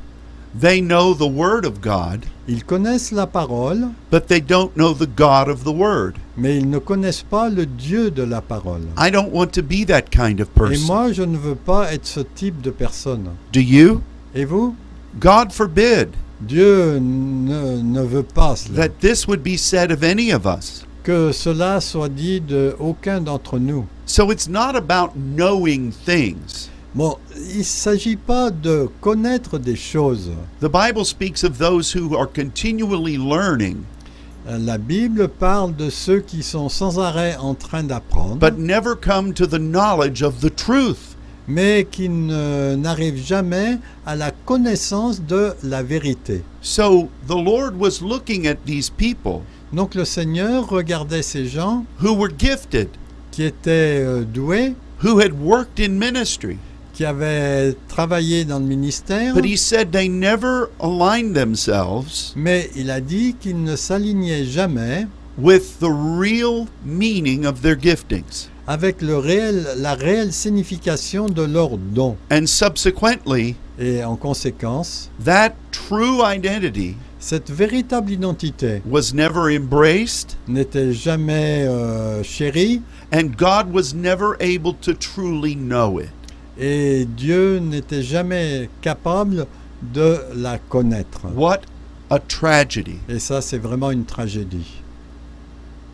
Speaker 1: They know the Word of God,
Speaker 2: Ils connaissent la parole,
Speaker 1: but they don't know the God of the Word.
Speaker 2: mais ils ne connaissent pas le Dieu de la parole.
Speaker 1: I don't want to be that kind of
Speaker 2: Et
Speaker 1: person.
Speaker 2: moi, je ne veux pas être ce type de personne.
Speaker 1: Do you?
Speaker 2: Et vous
Speaker 1: God forbid
Speaker 2: Dieu ne, ne veut pas cela.
Speaker 1: that this would be said of any of us.
Speaker 2: que cela soit dit de aucun d'entre nous.
Speaker 1: So it's not about knowing things.
Speaker 2: Bon, il ne s'agit pas de connaître des choses.
Speaker 1: The Bible speaks of those who are continually learning,
Speaker 2: Euh, La Bible parle de ceux qui sont sans arrêt en train d'apprendre,
Speaker 1: but never come to the knowledge of the truth.
Speaker 2: mais qui ne- n'arrivent jamais à la connaissance de la vérité.
Speaker 1: So the Lord was looking at these people
Speaker 2: Donc le Seigneur regardait ces gens
Speaker 1: who were gifted,
Speaker 2: qui étaient euh, doués,
Speaker 1: who had worked in ministry,
Speaker 2: qui avaient travaillé dans le ministère,
Speaker 1: but He said they never aligned themselves
Speaker 2: mais il a dit qu'ils ne s'alignaient jamais
Speaker 1: with the real meaning of their giftings.
Speaker 2: avec le réel, la réelle signification de leur don.
Speaker 1: And subsequently,
Speaker 2: Et en conséquence,
Speaker 1: that true identity
Speaker 2: cette véritable identité
Speaker 1: was never embraced,
Speaker 2: n'était jamais euh, chérie
Speaker 1: and God was never able to truly know it.
Speaker 2: et Dieu n'était jamais capable de la connaître.
Speaker 1: What a tragedy.
Speaker 2: Et ça, c'est vraiment une tragédie.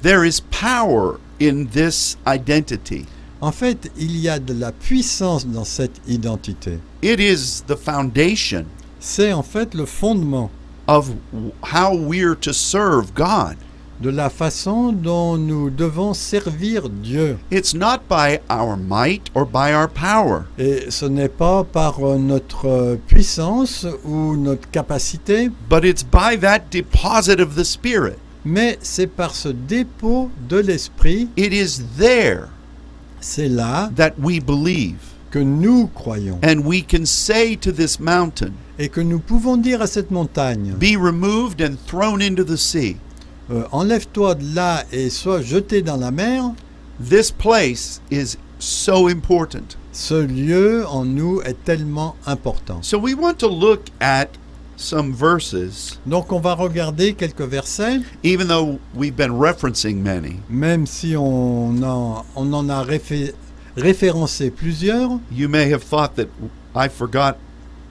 Speaker 1: There is power in this identity.
Speaker 2: En fait, il y a de la puissance dans cette identité.
Speaker 1: It is the foundation
Speaker 2: C'est en fait le fondement
Speaker 1: of how we're to serve God.
Speaker 2: de la façon dont nous devons servir Dieu.
Speaker 1: It's not by our might or by our power,
Speaker 2: Et ce n'est pas par euh, notre euh, puissance ou notre capacité,
Speaker 1: but it's by that deposit of the Spirit.
Speaker 2: mais c'est par ce dépôt de l'esprit,
Speaker 1: It is there
Speaker 2: c'est là
Speaker 1: that we believe.
Speaker 2: que nous croyons
Speaker 1: And we can say to this mountain,
Speaker 2: et que nous pouvons dire à cette montagne,
Speaker 1: Be removed and thrown into the sea.
Speaker 2: euh, enlève-toi de là et sois jeté dans la mer,
Speaker 1: This place is so important.
Speaker 2: ce lieu en nous est tellement important.
Speaker 1: So we want to look at some verses,
Speaker 2: Donc on va regarder quelques versets,
Speaker 1: even though we've been referencing many.
Speaker 2: même si on en, on en a réfé- référencé plusieurs.
Speaker 1: You may have thought that I forgot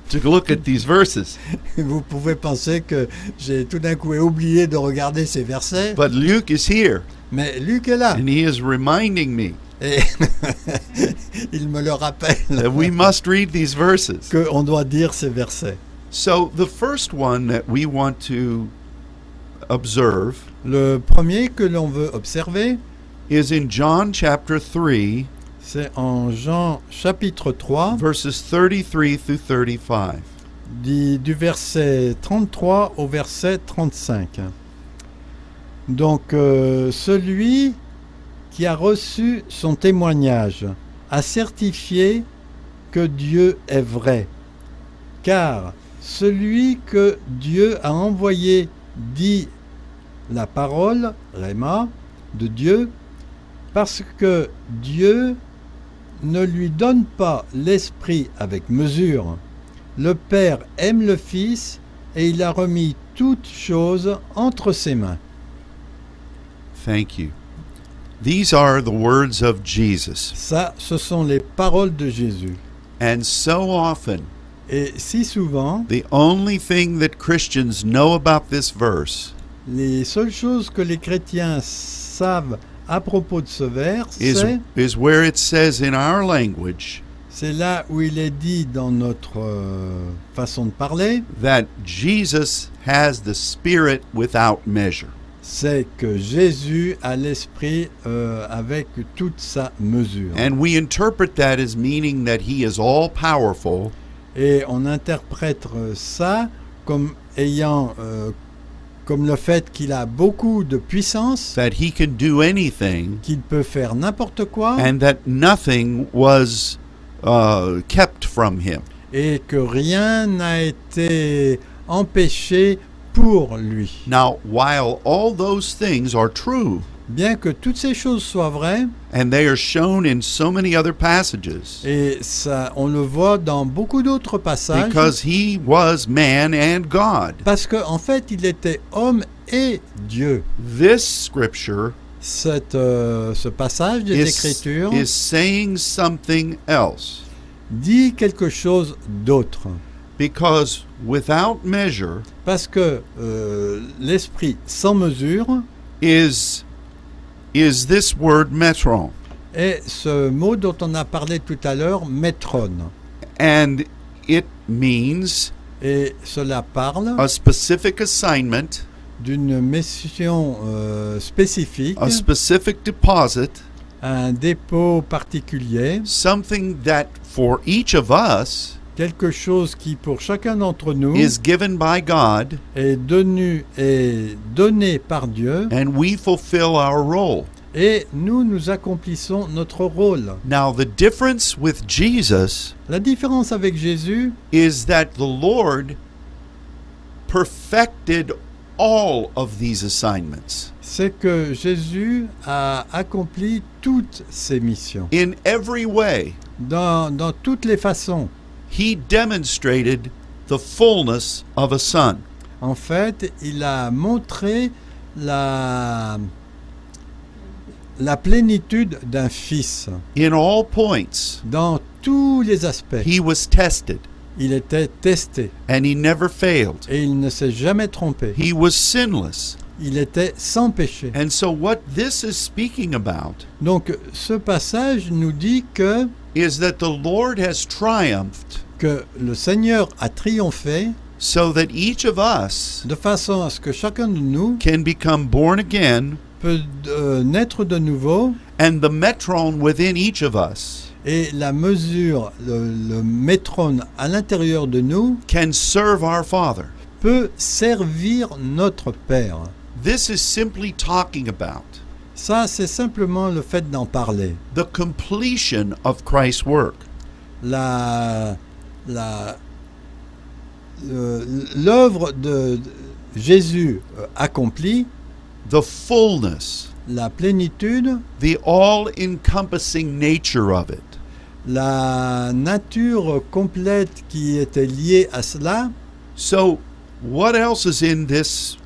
Speaker 1: to look at these verses,
Speaker 2: Vous pouvez penser que j'ai tout d'un coup oublié de regarder ces versets,
Speaker 1: but Luke is here
Speaker 2: mais Luc est là
Speaker 1: and he is reminding me
Speaker 2: et il me le rappelle
Speaker 1: that we must read these verses.
Speaker 2: qu'on doit dire ces versets.
Speaker 1: So the first one that we want to observe
Speaker 2: Le premier que l'on veut observer,
Speaker 1: is in John chapter 3,
Speaker 2: c'est en Jean chapitre 3,
Speaker 1: verses 33 through 35.
Speaker 2: dit du verset 33 au verset 35. Donc euh, celui qui a reçu son témoignage a certifié que Dieu est vrai, car celui que Dieu a envoyé dit la parole, Réma, de Dieu, parce que Dieu ne lui donne pas l'esprit avec mesure. Le Père aime le Fils et il a remis toutes choses entre ses mains.
Speaker 1: Thank you. These are the words of Jesus.
Speaker 2: Ça, ce sont les paroles de Jésus.
Speaker 1: And so often,
Speaker 2: Et si souvent,
Speaker 1: the only thing that Christians know about this verse
Speaker 2: les seules choses que les chrétiens savent à propos de ce vers,
Speaker 1: is,
Speaker 2: c'est,
Speaker 1: is where it says in our language
Speaker 2: c'est là où il est dit dans notre euh, façon de parler,
Speaker 1: that Jesus has the Spirit without measure.
Speaker 2: c'est que Jésus a l'esprit euh, avec toute sa mesure.
Speaker 1: And we interpret that as meaning that he is all powerful
Speaker 2: Et on interprète euh, ça comme ayant euh, comme le fait qu'il a beaucoup de puissance,
Speaker 1: that he can do anything
Speaker 2: qu'il peut faire n'importe quoi
Speaker 1: and that nothing was uh, kept from him.
Speaker 2: et que rien n'a été empêché pour lui.
Speaker 1: Now, while all those things are true
Speaker 2: Bien que toutes ces choses soient vraies
Speaker 1: and they are shown in so many other passages,
Speaker 2: et ça on le voit dans beaucoup d'autres passages
Speaker 1: because he was man and God,
Speaker 2: parce qu'en fait, il était homme et Dieu.
Speaker 1: this scripture
Speaker 2: Cette, euh, ce passage des
Speaker 1: is,
Speaker 2: Écritures
Speaker 1: is saying something else.
Speaker 2: dit quelque chose d'autre.
Speaker 1: Because without measure
Speaker 2: Parce que euh, l'esprit sans mesure
Speaker 1: is is this word metron.
Speaker 2: est ce mot dont on a parlé tout à l'heure, métrone.
Speaker 1: And it means
Speaker 2: Et cela parle
Speaker 1: a specific assignment,
Speaker 2: d'une mission euh, spécifique,
Speaker 1: a specific deposit,
Speaker 2: un dépôt particulier,
Speaker 1: something that for each of us
Speaker 2: quelque chose qui pour chacun d'entre nous
Speaker 1: is given by God
Speaker 2: est donné, est donné par Dieu
Speaker 1: and we fulfill our role.
Speaker 2: et nous, nous accomplissons notre rôle.
Speaker 1: Now, the difference with Jesus
Speaker 2: La différence avec Jésus,
Speaker 1: is that the Lord perfected all of these assignments.
Speaker 2: c'est que Jésus a accompli toutes ses missions.
Speaker 1: In every way,
Speaker 2: dans, dans toutes les façons.
Speaker 1: he demonstrated the fullness of a son.
Speaker 2: En fait, il a montré la, la plénitude d'un fils
Speaker 1: In all points,
Speaker 2: dans tous les aspects.
Speaker 1: he was tested
Speaker 2: Il était testé
Speaker 1: and he never failed.
Speaker 2: et il ne s'est jamais trompé.
Speaker 1: He was sinless.
Speaker 2: Il était sans péché.
Speaker 1: And so, what this is speaking about
Speaker 2: Donc ce passage nous dit que,
Speaker 1: is that the Lord has triumphed
Speaker 2: que le Seigneur a triomphé
Speaker 1: so that each of us
Speaker 2: de façon à ce que chacun de nous
Speaker 1: can become born again
Speaker 2: peut euh, naître de nouveau
Speaker 1: and the metron within each of us
Speaker 2: et la mesure, le, le métrone à l'intérieur de nous
Speaker 1: can serve our Father.
Speaker 2: peut servir notre Père.
Speaker 1: This is simply talking about
Speaker 2: Ça, c'est simplement le fait d'en parler.
Speaker 1: the completion of Christ's work.
Speaker 2: La, la, euh, l'œuvre de Jésus euh, accomplie,
Speaker 1: the fullness,
Speaker 2: la plénitude,
Speaker 1: the all encompassing nature of it.
Speaker 2: la nature complète qui était liée à cela.
Speaker 1: So, what else is in this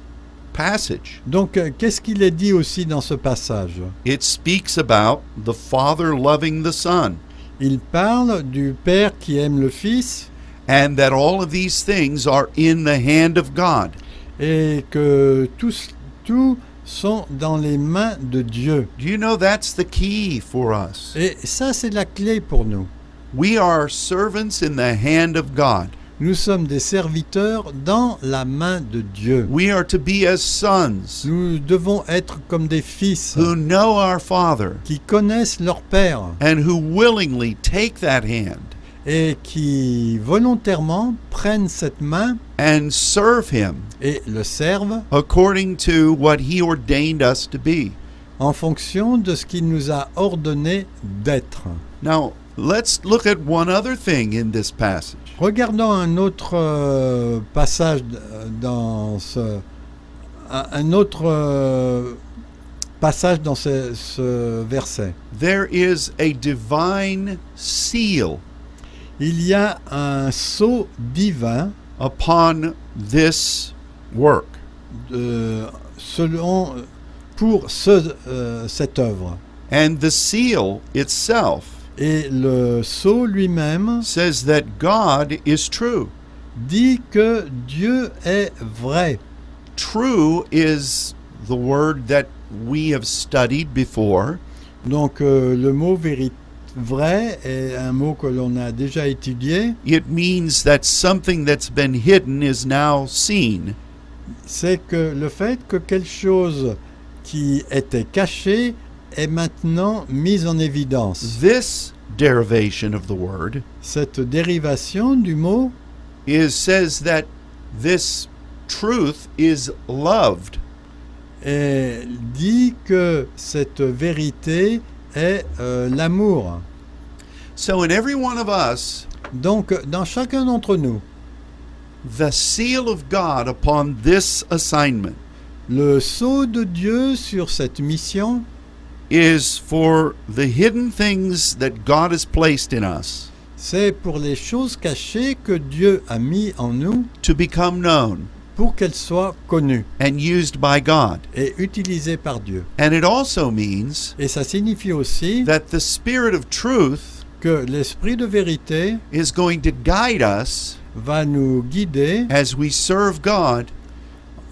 Speaker 1: passage?
Speaker 2: Donc, euh, qu'est-ce qu'il est dit aussi dans ce passage
Speaker 1: It speaks about the Father loving the Son,
Speaker 2: Il parle du Père qui aime le Fils
Speaker 1: and that all of these things are in the hand of God.
Speaker 2: et que tous, tous sont dans les mains de Dieu.
Speaker 1: Do you know that's the key for us?
Speaker 2: Et ça, c'est la clé pour nous.
Speaker 1: We are servants in the hand of God.
Speaker 2: Nous sommes des serviteurs dans la main de Dieu.
Speaker 1: We are to be as sons
Speaker 2: Nous devons être comme des fils
Speaker 1: who know our Father
Speaker 2: qui connaissent leur Père
Speaker 1: and who willingly take that hand
Speaker 2: et qui volontairement prennent cette main
Speaker 1: and serve Him
Speaker 2: et le servent
Speaker 1: according to what he ordained us to be.
Speaker 2: en fonction de ce qu'il nous a ordonné d'être.
Speaker 1: Now, let's look at one other thing in this passage.
Speaker 2: Regardons un autre euh, passage euh, dans ce un un autre euh, passage dans ce, ce verset.
Speaker 1: There is a divine seal
Speaker 2: Il y a un sceau divin
Speaker 1: upon this work.
Speaker 2: de- euh, selon pour ce, euh, cette œuvre.
Speaker 1: And the seal itself
Speaker 2: Et le sceau lui-même
Speaker 1: says that God is true.
Speaker 2: dit que Dieu est vrai.
Speaker 1: True is the word that we have studied before,
Speaker 2: Donc euh, le mot véri- vrai est un mot que l'on a déjà étudié.
Speaker 1: it means that something that's been hidden is now seen.
Speaker 2: c'est que le fait que quelque chose qui était caché est maintenant mis en évidence.
Speaker 1: This derivation of the word
Speaker 2: Cette dérivation du mot
Speaker 1: is says that this truth is loved.
Speaker 2: est- dit que cette vérité est euh, l'amour.
Speaker 1: So in every one of us,
Speaker 2: Donc dans chacun d'entre nous,
Speaker 1: the seal of God upon this assignment
Speaker 2: le sceau de Dieu sur cette mission
Speaker 1: is for the hidden things that God has placed in us
Speaker 2: c'est pour les choses cachées que Dieu a mis en nous
Speaker 1: to become known
Speaker 2: pour qu'elles soient connues
Speaker 1: and used by God.
Speaker 2: et utilisées par Dieu.
Speaker 1: And it also means
Speaker 2: Et ça signifie aussi
Speaker 1: that the spirit of truth
Speaker 2: que l'esprit de vérité
Speaker 1: is going to guide us
Speaker 2: va nous guider
Speaker 1: as we serve God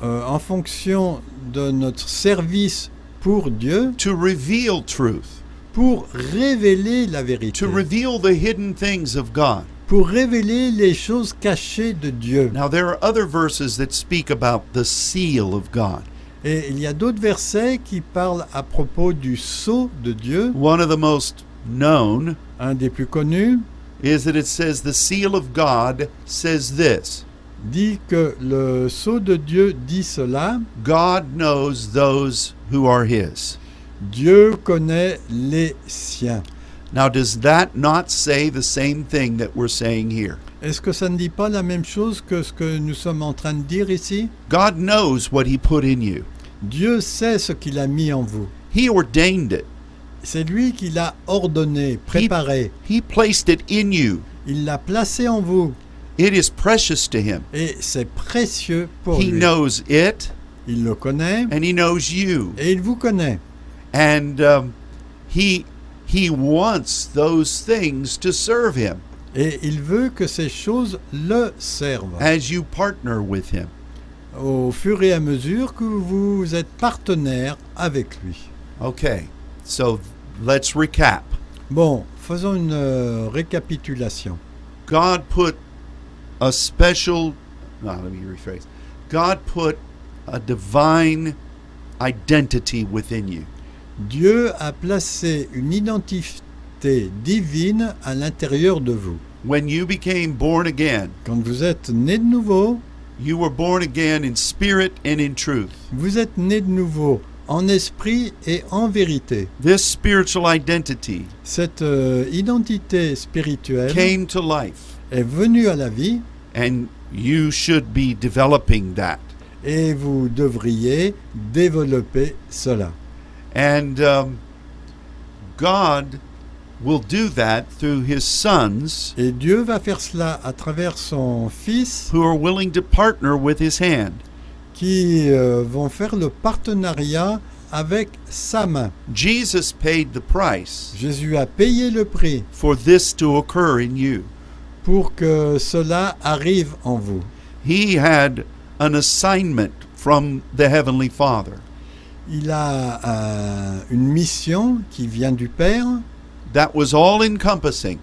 Speaker 2: euh, en fonction de notre service pour Dieu
Speaker 1: to reveal truth,
Speaker 2: pour révéler la vérité,
Speaker 1: to reveal the hidden things of God.
Speaker 2: pour révéler les choses cachées de Dieu.
Speaker 1: Now, there are other verses that speak about the seal of God.
Speaker 2: Et il y a d'autres versets qui parlent à propos du sceau de Dieu,
Speaker 1: One of the most known
Speaker 2: un des plus connus
Speaker 1: is that it says, The seal of God says this
Speaker 2: dit que le sceau de Dieu dit cela,
Speaker 1: God knows those who are his.
Speaker 2: Dieu connaît les siens.
Speaker 1: Now, does that not say the same thing that we're saying here?
Speaker 2: Est-ce que ça ne dit pas la même chose que ce que nous sommes en train de dire ici
Speaker 1: God knows what he put in you,
Speaker 2: Dieu sait ce qu'il a mis en vous.
Speaker 1: he ordained it,
Speaker 2: C'est lui qui l'a ordonné, préparé.
Speaker 1: he placed it in you.
Speaker 2: Il l'a placé en vous
Speaker 1: It is precious to him.
Speaker 2: et c'est précieux pour
Speaker 1: He
Speaker 2: lui.
Speaker 1: knows it
Speaker 2: Il le connaît
Speaker 1: and he knows you.
Speaker 2: et il vous connaît.
Speaker 1: and um, he he wants those things to serve him
Speaker 2: Et il veut que ces choses le servent.
Speaker 1: as you partner with him
Speaker 2: Au fur et à mesure que vous êtes partenaire avec lui.
Speaker 1: okay so let's recap
Speaker 2: Bon, faisons une euh, récapitulation.
Speaker 1: god put a special no, let me rephrase. God put a divine identity within you.
Speaker 2: Dieu a placé une identité divine à l'intérieur de vous.
Speaker 1: When you became born again,
Speaker 2: Quand vous êtes né de nouveau,
Speaker 1: you were born again in spirit and in truth.
Speaker 2: vous êtes né de nouveau en esprit et en vérité.
Speaker 1: This spiritual identity
Speaker 2: Cette euh, identité spirituelle
Speaker 1: came to life,
Speaker 2: est venue à la vie
Speaker 1: and you should be developing that.
Speaker 2: et vous devriez développer cela.
Speaker 1: And um, God will do that through his sons
Speaker 2: Et Dieu va faire cela à travers son Fils
Speaker 1: who are willing to partner with his hand.
Speaker 2: qui euh, vont faire le partenariat avec sa main.
Speaker 1: Jesus paid the price
Speaker 2: Jésus a payé le prix
Speaker 1: for this to occur in you.
Speaker 2: pour que cela arrive en vous.
Speaker 1: He had an assignment from the Heavenly Father
Speaker 2: Il a euh, une mission qui vient du Père,
Speaker 1: that was all encompassing,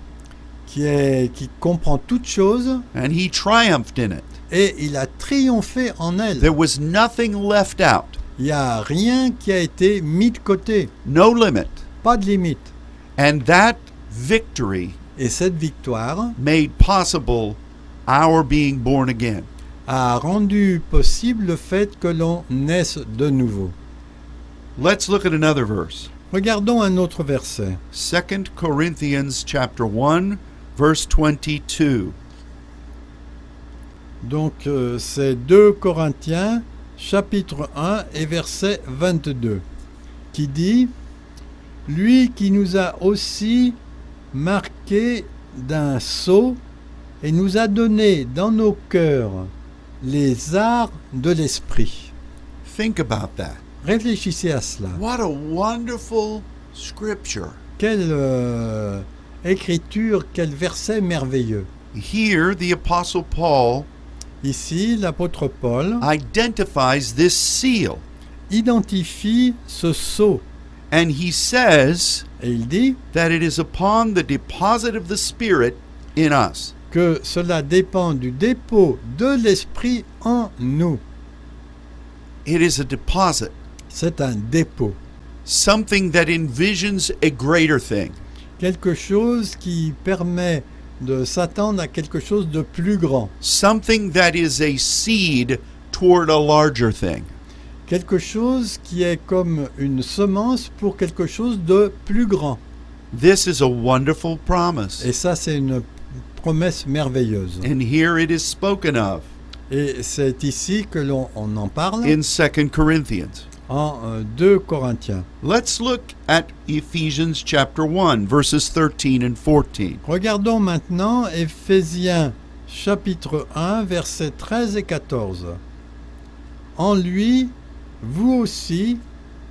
Speaker 2: qui, est, qui comprend toutes choses,
Speaker 1: and he triumphed in it.
Speaker 2: et il a triomphé en elle.
Speaker 1: There was nothing left out,
Speaker 2: Il n'y a rien qui a été mis de côté,
Speaker 1: no limit.
Speaker 2: pas de limite.
Speaker 1: And that victory
Speaker 2: Et cette victoire
Speaker 1: made possible our being born again.
Speaker 2: a rendu possible le fait que l'on naisse de nouveau.
Speaker 1: Let's look at another verse.
Speaker 2: Regardons un autre verset.
Speaker 1: 2 Corinthians chapter 1 verse 22.
Speaker 2: Donc euh, c'est 2 Corinthiens chapitre 1 et verset 22 qui dit Lui qui nous a aussi marqués d'un sceau et nous a donné dans nos cœurs les arts de l'esprit.
Speaker 1: Think about that.
Speaker 2: Réfléchissez à cela.
Speaker 1: What a wonderful scripture.
Speaker 2: Quelle euh, écriture, quel verset merveilleux.
Speaker 1: Here the apostle Paul
Speaker 2: Ici, l'apôtre Paul
Speaker 1: identifies this seal
Speaker 2: identifie ce sceau
Speaker 1: and he says
Speaker 2: et il dit
Speaker 1: that it is upon the deposit of the spirit in us.
Speaker 2: que cela dépend du dépôt de l'esprit en nous.
Speaker 1: It is a deposit,
Speaker 2: C'est un dépôt,
Speaker 1: something that envisions a greater thing.
Speaker 2: quelque chose qui permet de s'attendre à quelque chose de plus grand,
Speaker 1: something that is a seed toward a larger thing.
Speaker 2: quelque chose qui est comme une semence pour quelque chose de plus grand.
Speaker 1: This is a wonderful promise.
Speaker 2: Et ça, c'est une promesse merveilleuse.
Speaker 1: And here it is spoken of
Speaker 2: Et c'est ici que l'on on en parle
Speaker 1: in 2 Corinthians.
Speaker 2: en euh, 2 Corinthiens.
Speaker 1: Let's look at Ephesians chapter 1 verses 13 and 14.
Speaker 2: Regardons maintenant Ephésiens chapitre 1 versets 13 et 14. En lui, vous aussi,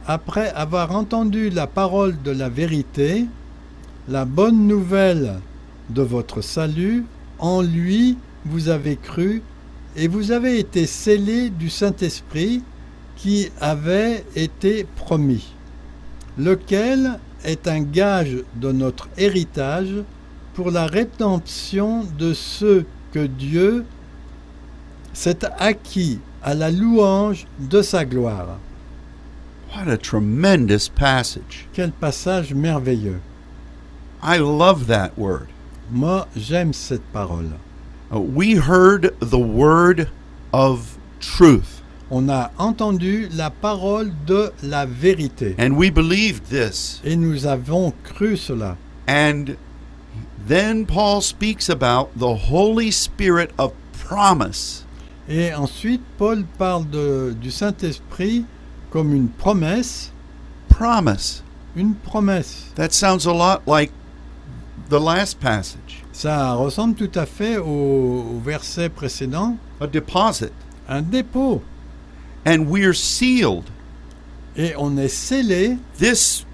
Speaker 2: après avoir entendu la parole de la vérité, la bonne nouvelle de votre salut, en lui vous avez cru et vous avez été scellés du Saint-Esprit qui avait été promis lequel est un gage de notre héritage pour la rédemption de ceux que Dieu s'est acquis à la louange de sa gloire.
Speaker 1: What a tremendous passage.
Speaker 2: Quel passage merveilleux.
Speaker 1: I love that word.
Speaker 2: Moi, j'aime cette parole.
Speaker 1: Uh, we heard the word of truth
Speaker 2: On a entendu la parole de la vérité
Speaker 1: and we believed this.
Speaker 2: et nous avons cru cela.
Speaker 1: And then Paul speaks about the Holy Spirit of promise.
Speaker 2: Et ensuite, Paul parle de- du Saint-Esprit comme une promesse,
Speaker 1: Promise.
Speaker 2: une promesse.
Speaker 1: That sounds a lot like the last passage
Speaker 2: Ça ressemble tout à fait au, au verset précédent,
Speaker 1: a deposit.
Speaker 2: un dépôt.
Speaker 1: And we're sealed.
Speaker 2: Et on est scellé,
Speaker 1: This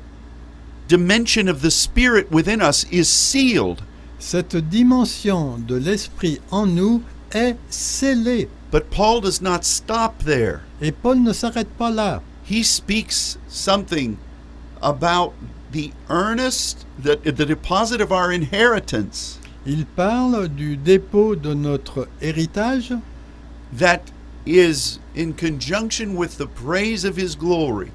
Speaker 1: dimension of the Spirit within us is sealed.
Speaker 2: cette dimension de l'esprit en nous est scellée.
Speaker 1: But Paul does not stop there.
Speaker 2: Et Paul ne s'arrête pas là.
Speaker 1: He speaks something about the earnest, the, the deposit of our inheritance.
Speaker 2: Il parle du dépôt de notre héritage
Speaker 1: that is in conjunction with the praise of his glory.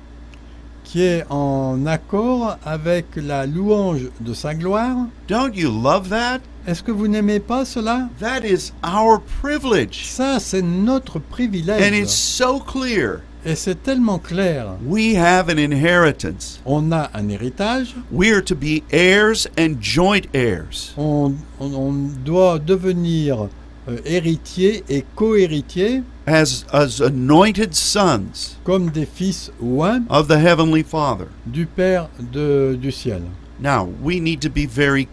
Speaker 2: qui est en accord avec la louange de sa gloire.
Speaker 1: Don't you love that?
Speaker 2: Est-ce que vous n'aimez pas cela
Speaker 1: That is our privilege.
Speaker 2: Ça, c'est notre
Speaker 1: And it's
Speaker 2: privilège.
Speaker 1: so clear.
Speaker 2: Et c'est tellement clair.
Speaker 1: We have an inheritance.
Speaker 2: On a un héritage,
Speaker 1: We are to be heirs and joint heirs.
Speaker 2: on, on- on doit devenir euh, héritier et co-héritier
Speaker 1: as, as anointed sons
Speaker 2: comme des fils oints
Speaker 1: of the Heavenly Father.
Speaker 2: du Père de- du ciel.
Speaker 1: Now, we need to be very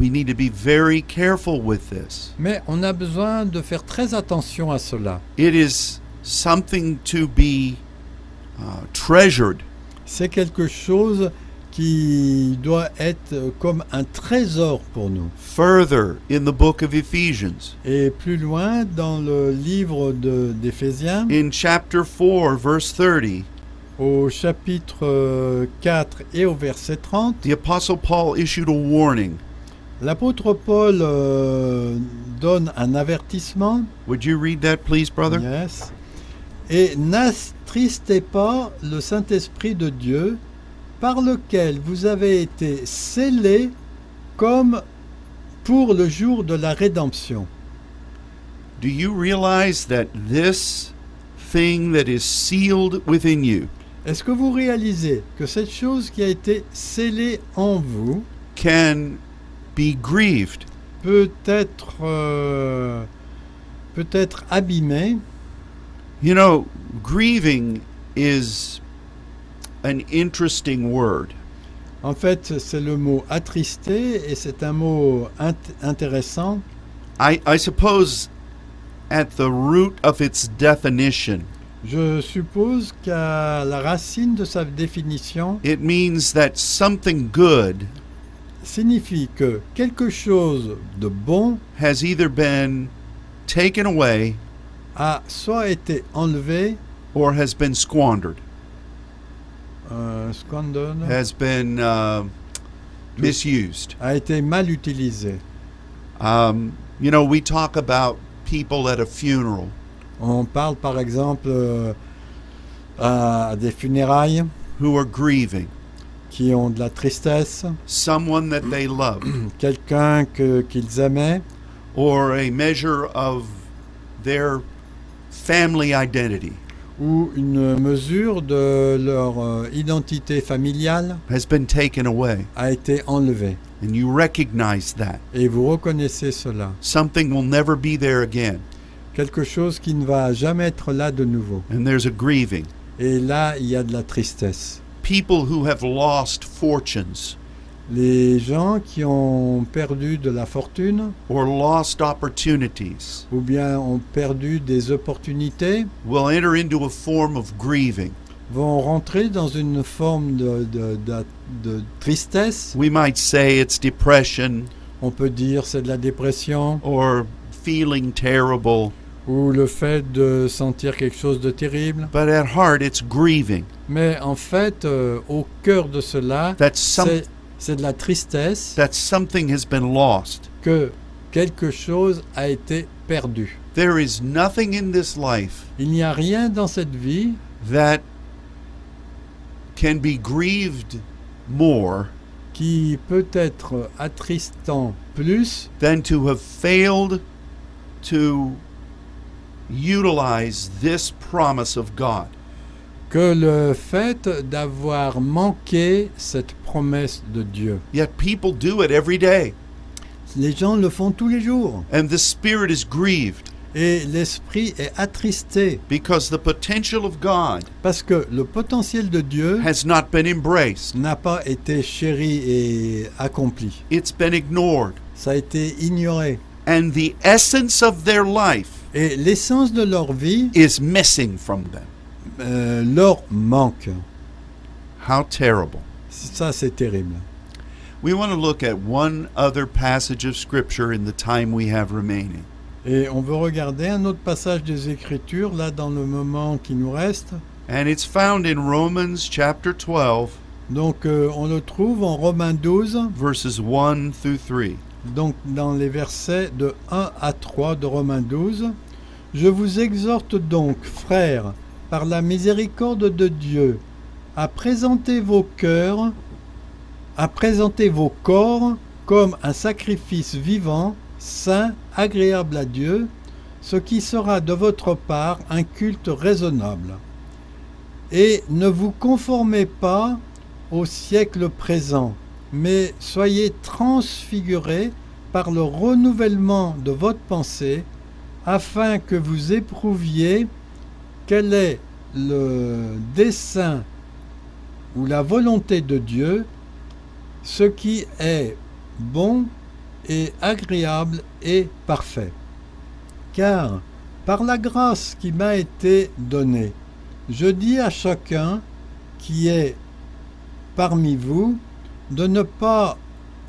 Speaker 1: we need to be very careful with this.
Speaker 2: Mais on a besoin de faire très attention à cela.
Speaker 1: It is something to be uh, treasured.
Speaker 2: C'est quelque chose qui doit être euh, comme un trésor pour nous.
Speaker 1: Further in the book of Ephesians,
Speaker 2: Et plus loin, dans le livre de- d'Éphésiens,
Speaker 1: in chapter 4, verse 30,
Speaker 2: au chapitre euh, 4 et au verset 30,
Speaker 1: the Apostle Paul issued a warning.
Speaker 2: l'apôtre Paul euh, donne un avertissement.
Speaker 1: Would you read that, please, brother?
Speaker 2: Yes. Et n'attristez pas le Saint-Esprit de Dieu, par lequel vous avez été scellés comme pour le jour de la rédemption.
Speaker 1: Do you realize that this thing that is sealed within you
Speaker 2: Est-ce que vous réalisez que cette chose qui a été scellée en vous
Speaker 1: can be grieved
Speaker 2: peut être, euh, peut être abîmée
Speaker 1: You know, grieving is an interesting word.
Speaker 2: En fait, c'est le mot attristé et c'est un mot int- intéressant.
Speaker 1: I, I suppose at the root of its definition,
Speaker 2: Je suppose qu'à la racine de sa définition,
Speaker 1: it means that something good
Speaker 2: signifie que quelque chose de bon
Speaker 1: has either been taken away
Speaker 2: a soit été enlevé,
Speaker 1: or has been squandered,
Speaker 2: euh, scandale,
Speaker 1: has been uh, misused.
Speaker 2: a été mal utilisé.
Speaker 1: Um, you know, we talk about people at a funeral
Speaker 2: On parle par exemple euh, à des funérailles
Speaker 1: who are grieving
Speaker 2: qui ont de la tristesse,
Speaker 1: someone that they love.
Speaker 2: quelqu'un que- qu'ils aimaient,
Speaker 1: or a measure of their family identity
Speaker 2: ou une mesure de leur euh, identité familiale
Speaker 1: has been taken away.
Speaker 2: a été enlevée.
Speaker 1: And you recognize that.
Speaker 2: Et vous reconnaissez cela.
Speaker 1: Something will never be there again.
Speaker 2: Quelque chose qui ne va jamais être là de nouveau.
Speaker 1: And there's a grieving.
Speaker 2: Et là, il y a de la tristesse.
Speaker 1: People who have lost fortunes
Speaker 2: Les gens qui ont perdu de la fortune
Speaker 1: or lost opportunities
Speaker 2: ou bien ont perdu des opportunités
Speaker 1: will enter into a form of grieving.
Speaker 2: vont rentrer dans une forme de, de- de- de tristesse.
Speaker 1: We might say it's depression
Speaker 2: On peut dire c'est de la dépression
Speaker 1: or feeling terrible,
Speaker 2: ou le fait de sentir quelque chose de terrible.
Speaker 1: but at heart it's grieving.
Speaker 2: Mais en fait, euh, au cœur de cela,
Speaker 1: That, some,
Speaker 2: c'est c'est de la tristesse
Speaker 1: that something has been lost.
Speaker 2: que quelque chose a été perdu.
Speaker 1: There is nothing in this life
Speaker 2: Il n'y a rien dans cette vie
Speaker 1: that can be grieved more
Speaker 2: qui peut être attristant plus
Speaker 1: than to have failed to utilize this promise of God.
Speaker 2: que le fait d'avoir manqué cette promesse de Dieu.
Speaker 1: Yet people do it every day,
Speaker 2: Les gens le font tous les jours
Speaker 1: and the spirit is grieved
Speaker 2: et l'esprit est attristé
Speaker 1: because the potential of God
Speaker 2: parce que le potentiel de Dieu
Speaker 1: has not been embraced.
Speaker 2: n'a pas été chéri et accompli.
Speaker 1: It's been ignored,
Speaker 2: Ça a été ignoré
Speaker 1: and the essence of their life
Speaker 2: et l'essence de leur vie
Speaker 1: is missing from them.
Speaker 2: euh, leur manque.
Speaker 1: How terrible.
Speaker 2: Ça c'est terrible.
Speaker 1: We want to look at one other passage of Scripture in the time we have remaining.
Speaker 2: Et on veut regarder un autre passage des Écritures, là dans le moment qui nous reste.
Speaker 1: And it's found in Romans chapter 12,
Speaker 2: Donc euh, on le trouve en Romains 12,
Speaker 1: verses 1 through 3.
Speaker 2: donc dans les versets de 1 à 3 de Romains 12. Je vous exhorte donc, frères, par la miséricorde de Dieu, à présenter vos cœurs, à présenter vos corps comme un sacrifice vivant, saint, agréable à Dieu, ce qui sera de votre part un culte raisonnable. Et ne vous conformez pas au siècle présent, mais soyez transfigurés par le renouvellement de votre pensée, afin que vous éprouviez quel est le dessein ou la volonté de Dieu, ce qui est bon et agréable et parfait. Car, par la grâce qui m'a été donnée, je dis à chacun qui est parmi vous de ne pas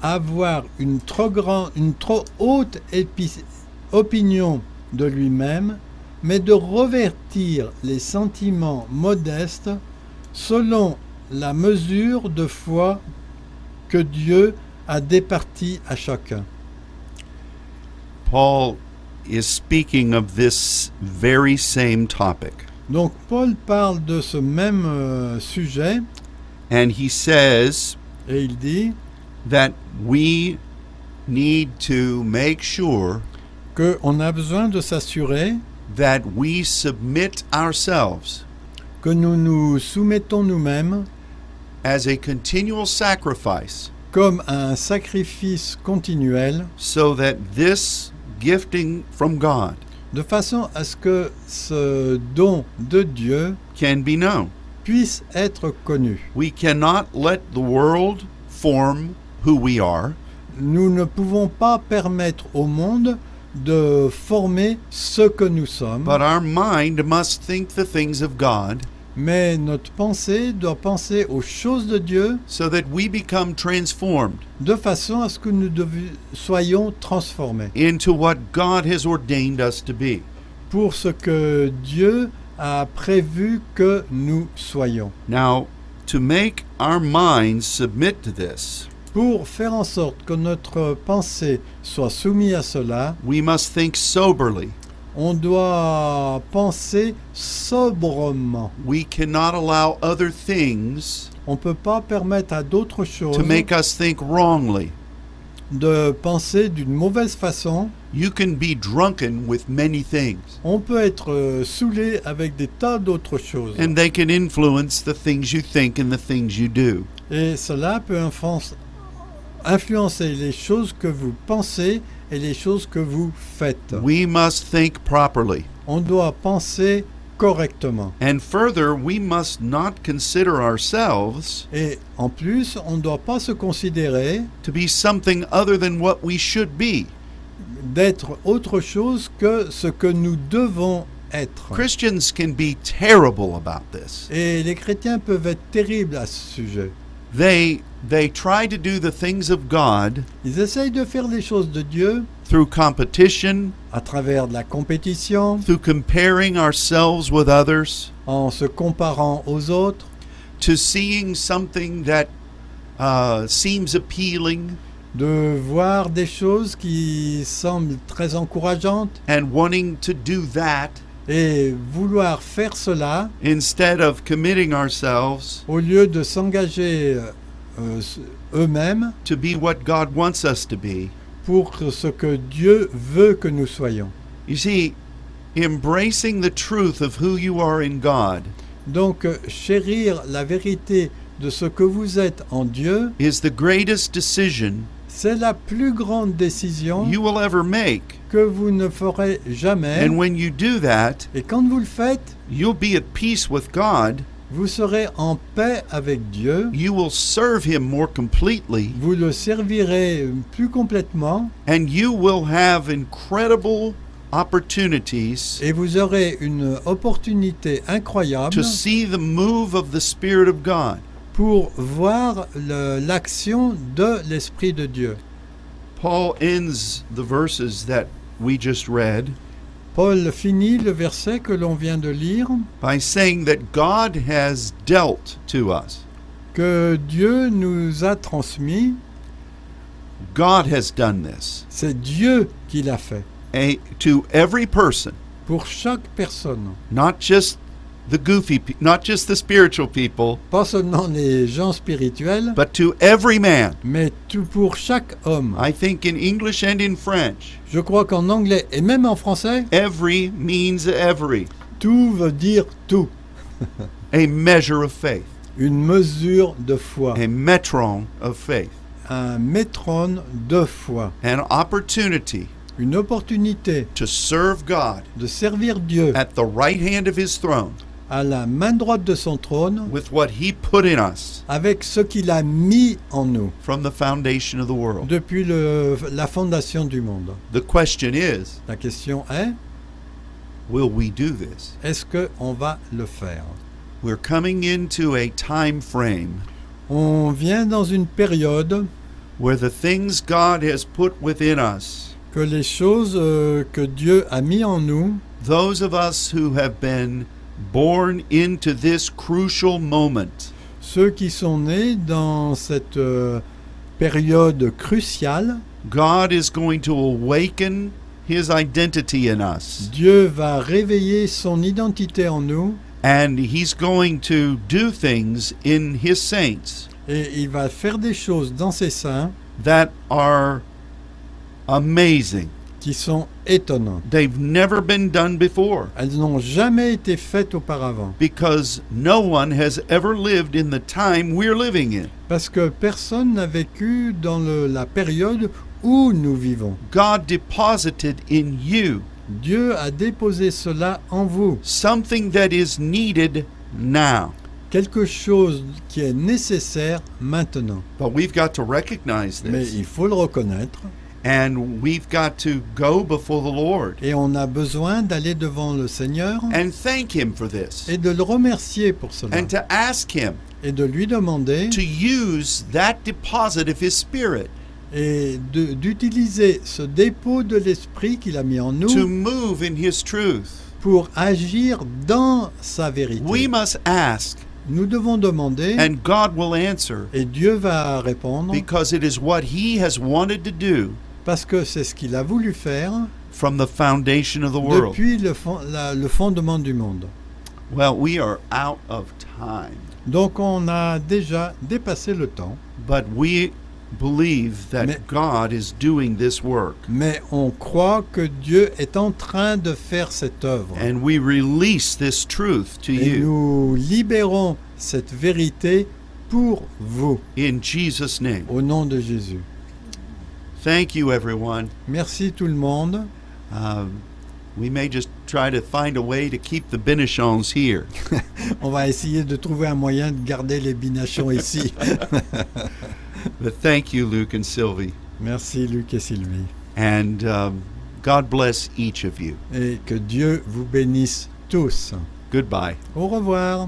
Speaker 2: avoir une trop, grande, une trop haute opinion de lui-même, mais de revertir les sentiments modestes selon la mesure de foi que Dieu a départie à chacun.
Speaker 1: Paul is speaking of this very same topic,
Speaker 2: Donc Paul parle de ce même euh, sujet
Speaker 1: and he says
Speaker 2: et il dit
Speaker 1: that we need to make sure
Speaker 2: qu'on a besoin de s'assurer
Speaker 1: that we submit ourselves
Speaker 2: que nous nous soumettons nous-mêmes
Speaker 1: as a continual sacrifice
Speaker 2: comme à un sacrifice continuel
Speaker 1: so that this gifting from God
Speaker 2: de façon à ce que ce don de Dieu
Speaker 1: can be known.
Speaker 2: puisse être connu.
Speaker 1: We cannot let the world form who we are,
Speaker 2: Nous ne pouvons pas permettre au monde de former ce que nous sommes,
Speaker 1: but our mind must think the things of God
Speaker 2: mais notre pensée doit penser aux choses de Dieu
Speaker 1: so that we become transformed
Speaker 2: de façon à ce que nous devi- soyons transformés
Speaker 1: into what God has ordained us to be.
Speaker 2: pour ce que Dieu a prévu que nous soyons.
Speaker 1: Now, to make our minds submit to this,
Speaker 2: Pour faire en sorte que notre pensée soit soumise à cela,
Speaker 1: we must think soberly.
Speaker 2: on doit penser sobrement.
Speaker 1: We cannot allow other things
Speaker 2: On ne peut pas permettre à d'autres choses
Speaker 1: to make us think wrongly.
Speaker 2: de penser d'une mauvaise façon.
Speaker 1: You can be drunken with many things,
Speaker 2: On peut être euh, saoulé avec des tas d'autres choses.
Speaker 1: and they can influence the things you think and the things you do.
Speaker 2: Et cela peut influence- influencer les choses que vous pensez et les choses que vous faites.
Speaker 1: We must think properly.
Speaker 2: On doit penser correctement.
Speaker 1: And further, we must not consider ourselves
Speaker 2: Et en plus, on ne doit pas se considérer
Speaker 1: to be something other than what we should be.
Speaker 2: d'être autre chose que ce que nous devons être.
Speaker 1: Christians can be terrible about this.
Speaker 2: Et les chrétiens peuvent être terribles à ce sujet.
Speaker 1: They they try to do the things of God
Speaker 2: Ils essayent de faire les choses de Dieu
Speaker 1: through competition,
Speaker 2: à travers de la compétition,
Speaker 1: through comparing ourselves with others,
Speaker 2: en se comparant aux autres,
Speaker 1: to seeing something that uh, seems appealing
Speaker 2: de voir des choses qui semblent très encourageantes
Speaker 1: and wanting to do that
Speaker 2: et vouloir faire cela
Speaker 1: instead of committing ourselves
Speaker 2: au lieu de s'engager euh, eux-mêmes
Speaker 1: to be what God wants us to be.
Speaker 2: pour ce que Dieu veut que nous soyons.
Speaker 1: You see, embracing the truth of who you are in God
Speaker 2: Donc euh, chérir la vérité de ce que vous êtes en Dieu,
Speaker 1: is the greatest decision
Speaker 2: c'est la plus grande décision
Speaker 1: you will ever make.
Speaker 2: que vous ne ferez jamais.
Speaker 1: And when you do that,
Speaker 2: Et quand vous le faites,
Speaker 1: you'll be at peace with God.
Speaker 2: vous serez en paix avec Dieu,
Speaker 1: You will serve Him more completely,
Speaker 2: vous le servirez plus complètement
Speaker 1: and you will have incredible opportunities
Speaker 2: et vous aurez une opportunité incroyable
Speaker 1: to see the move of the Spirit of God.
Speaker 2: pour voir le- l'action de l'Esprit de Dieu.
Speaker 1: Paul ends the verses that we just read
Speaker 2: Paul finit le verset que l'on vient de lire,
Speaker 1: by saying that God has dealt to us,
Speaker 2: que Dieu nous a transmis,
Speaker 1: God has done this.
Speaker 2: c'est Dieu qui l'a fait
Speaker 1: a, to every person
Speaker 2: pour chaque personne,
Speaker 1: not just the goofy, pe- not just the spiritual people,
Speaker 2: pas seulement les gens spirituels,
Speaker 1: but to every man.
Speaker 2: mais tout pour chaque homme.
Speaker 1: I think in English and in French,
Speaker 2: Je crois qu'en anglais et même en français,
Speaker 1: every means every,
Speaker 2: tout veut dire tout.
Speaker 1: a measure of faith,
Speaker 2: Une mesure de foi,
Speaker 1: a metron of faith,
Speaker 2: un métrone de foi,
Speaker 1: an opportunity
Speaker 2: une opportunité
Speaker 1: to serve God
Speaker 2: de servir Dieu
Speaker 1: at the right hand of his throne
Speaker 2: à la main droite de son trône
Speaker 1: with what he put in us
Speaker 2: avec ce qu'il a mis en nous
Speaker 1: from the foundation of the world.
Speaker 2: depuis le- la fondation du monde.
Speaker 1: The question is,
Speaker 2: La question est,
Speaker 1: will we do this?
Speaker 2: est-ce qu'on va le faire
Speaker 1: We're coming into a time frame
Speaker 2: On vient dans une période
Speaker 1: where the things God has put within us,
Speaker 2: que les choses euh, que Dieu a mis en nous,
Speaker 1: those of us who have been born into this crucial moment,
Speaker 2: ceux qui sont nés dans cette euh, période cruciale,
Speaker 1: God is going to awaken his identity in us.
Speaker 2: Dieu va réveiller son identité en nous
Speaker 1: And he's going to do things in his saints
Speaker 2: et il va faire des choses dans ses saints
Speaker 1: that are amazing.
Speaker 2: qui sont étonnantes.
Speaker 1: They've never been done before
Speaker 2: Elles n'ont jamais été faites auparavant
Speaker 1: because no one has ever lived in the time we're living in.
Speaker 2: parce que personne n'a vécu dans le- la période où nous vivons.
Speaker 1: God deposited in you
Speaker 2: Dieu a déposé cela en vous,
Speaker 1: something that is needed now.
Speaker 2: quelque chose qui est nécessaire maintenant.
Speaker 1: But we've got to recognize
Speaker 2: Mais
Speaker 1: this
Speaker 2: il faut le reconnaître
Speaker 1: and we've got to go before the Lord
Speaker 2: et on a besoin d'aller devant le Seigneur
Speaker 1: and thank him for this
Speaker 2: et de le remercier pour cela
Speaker 1: and to ask him
Speaker 2: et de lui demander
Speaker 1: to use that deposit of his spirit
Speaker 2: et de- d'utiliser ce dépôt de l'esprit qu'il a mis en
Speaker 1: to
Speaker 2: nous
Speaker 1: move in his truth.
Speaker 2: pour agir dans sa
Speaker 1: We
Speaker 2: vérité.
Speaker 1: must ask
Speaker 2: Nous devons demander
Speaker 1: and God will answer
Speaker 2: et Dieu va répondre
Speaker 1: because it is what he has wanted to do
Speaker 2: parce que c'est ce qu'il a voulu faire
Speaker 1: from the foundation of the world.
Speaker 2: depuis le, fon- la- le fondement du monde.
Speaker 1: Well, we are out of time,
Speaker 2: Donc on a déjà dépassé le temps,
Speaker 1: but we believe that
Speaker 2: Mais-
Speaker 1: God is doing this work
Speaker 2: mais on croit que Dieu est en train de faire cette œuvre.
Speaker 1: and we release this truth to
Speaker 2: Et
Speaker 1: you
Speaker 2: nous libérons cette vérité pour vous,
Speaker 1: in Jesus' name.
Speaker 2: au nom de Jésus.
Speaker 1: Thank you, everyone.
Speaker 2: Merci tout le monde.
Speaker 1: Um, we may just try to find a way to keep the Benichons here.
Speaker 2: On va essayer de trouver un moyen de garder les binachons ici.
Speaker 1: But thank you, Luke and Sylvie.
Speaker 2: Merci Luc et Sylvie.
Speaker 1: And um, God bless each of you.
Speaker 2: Et que Dieu vous bénisse tous.
Speaker 1: Goodbye.
Speaker 2: Au revoir.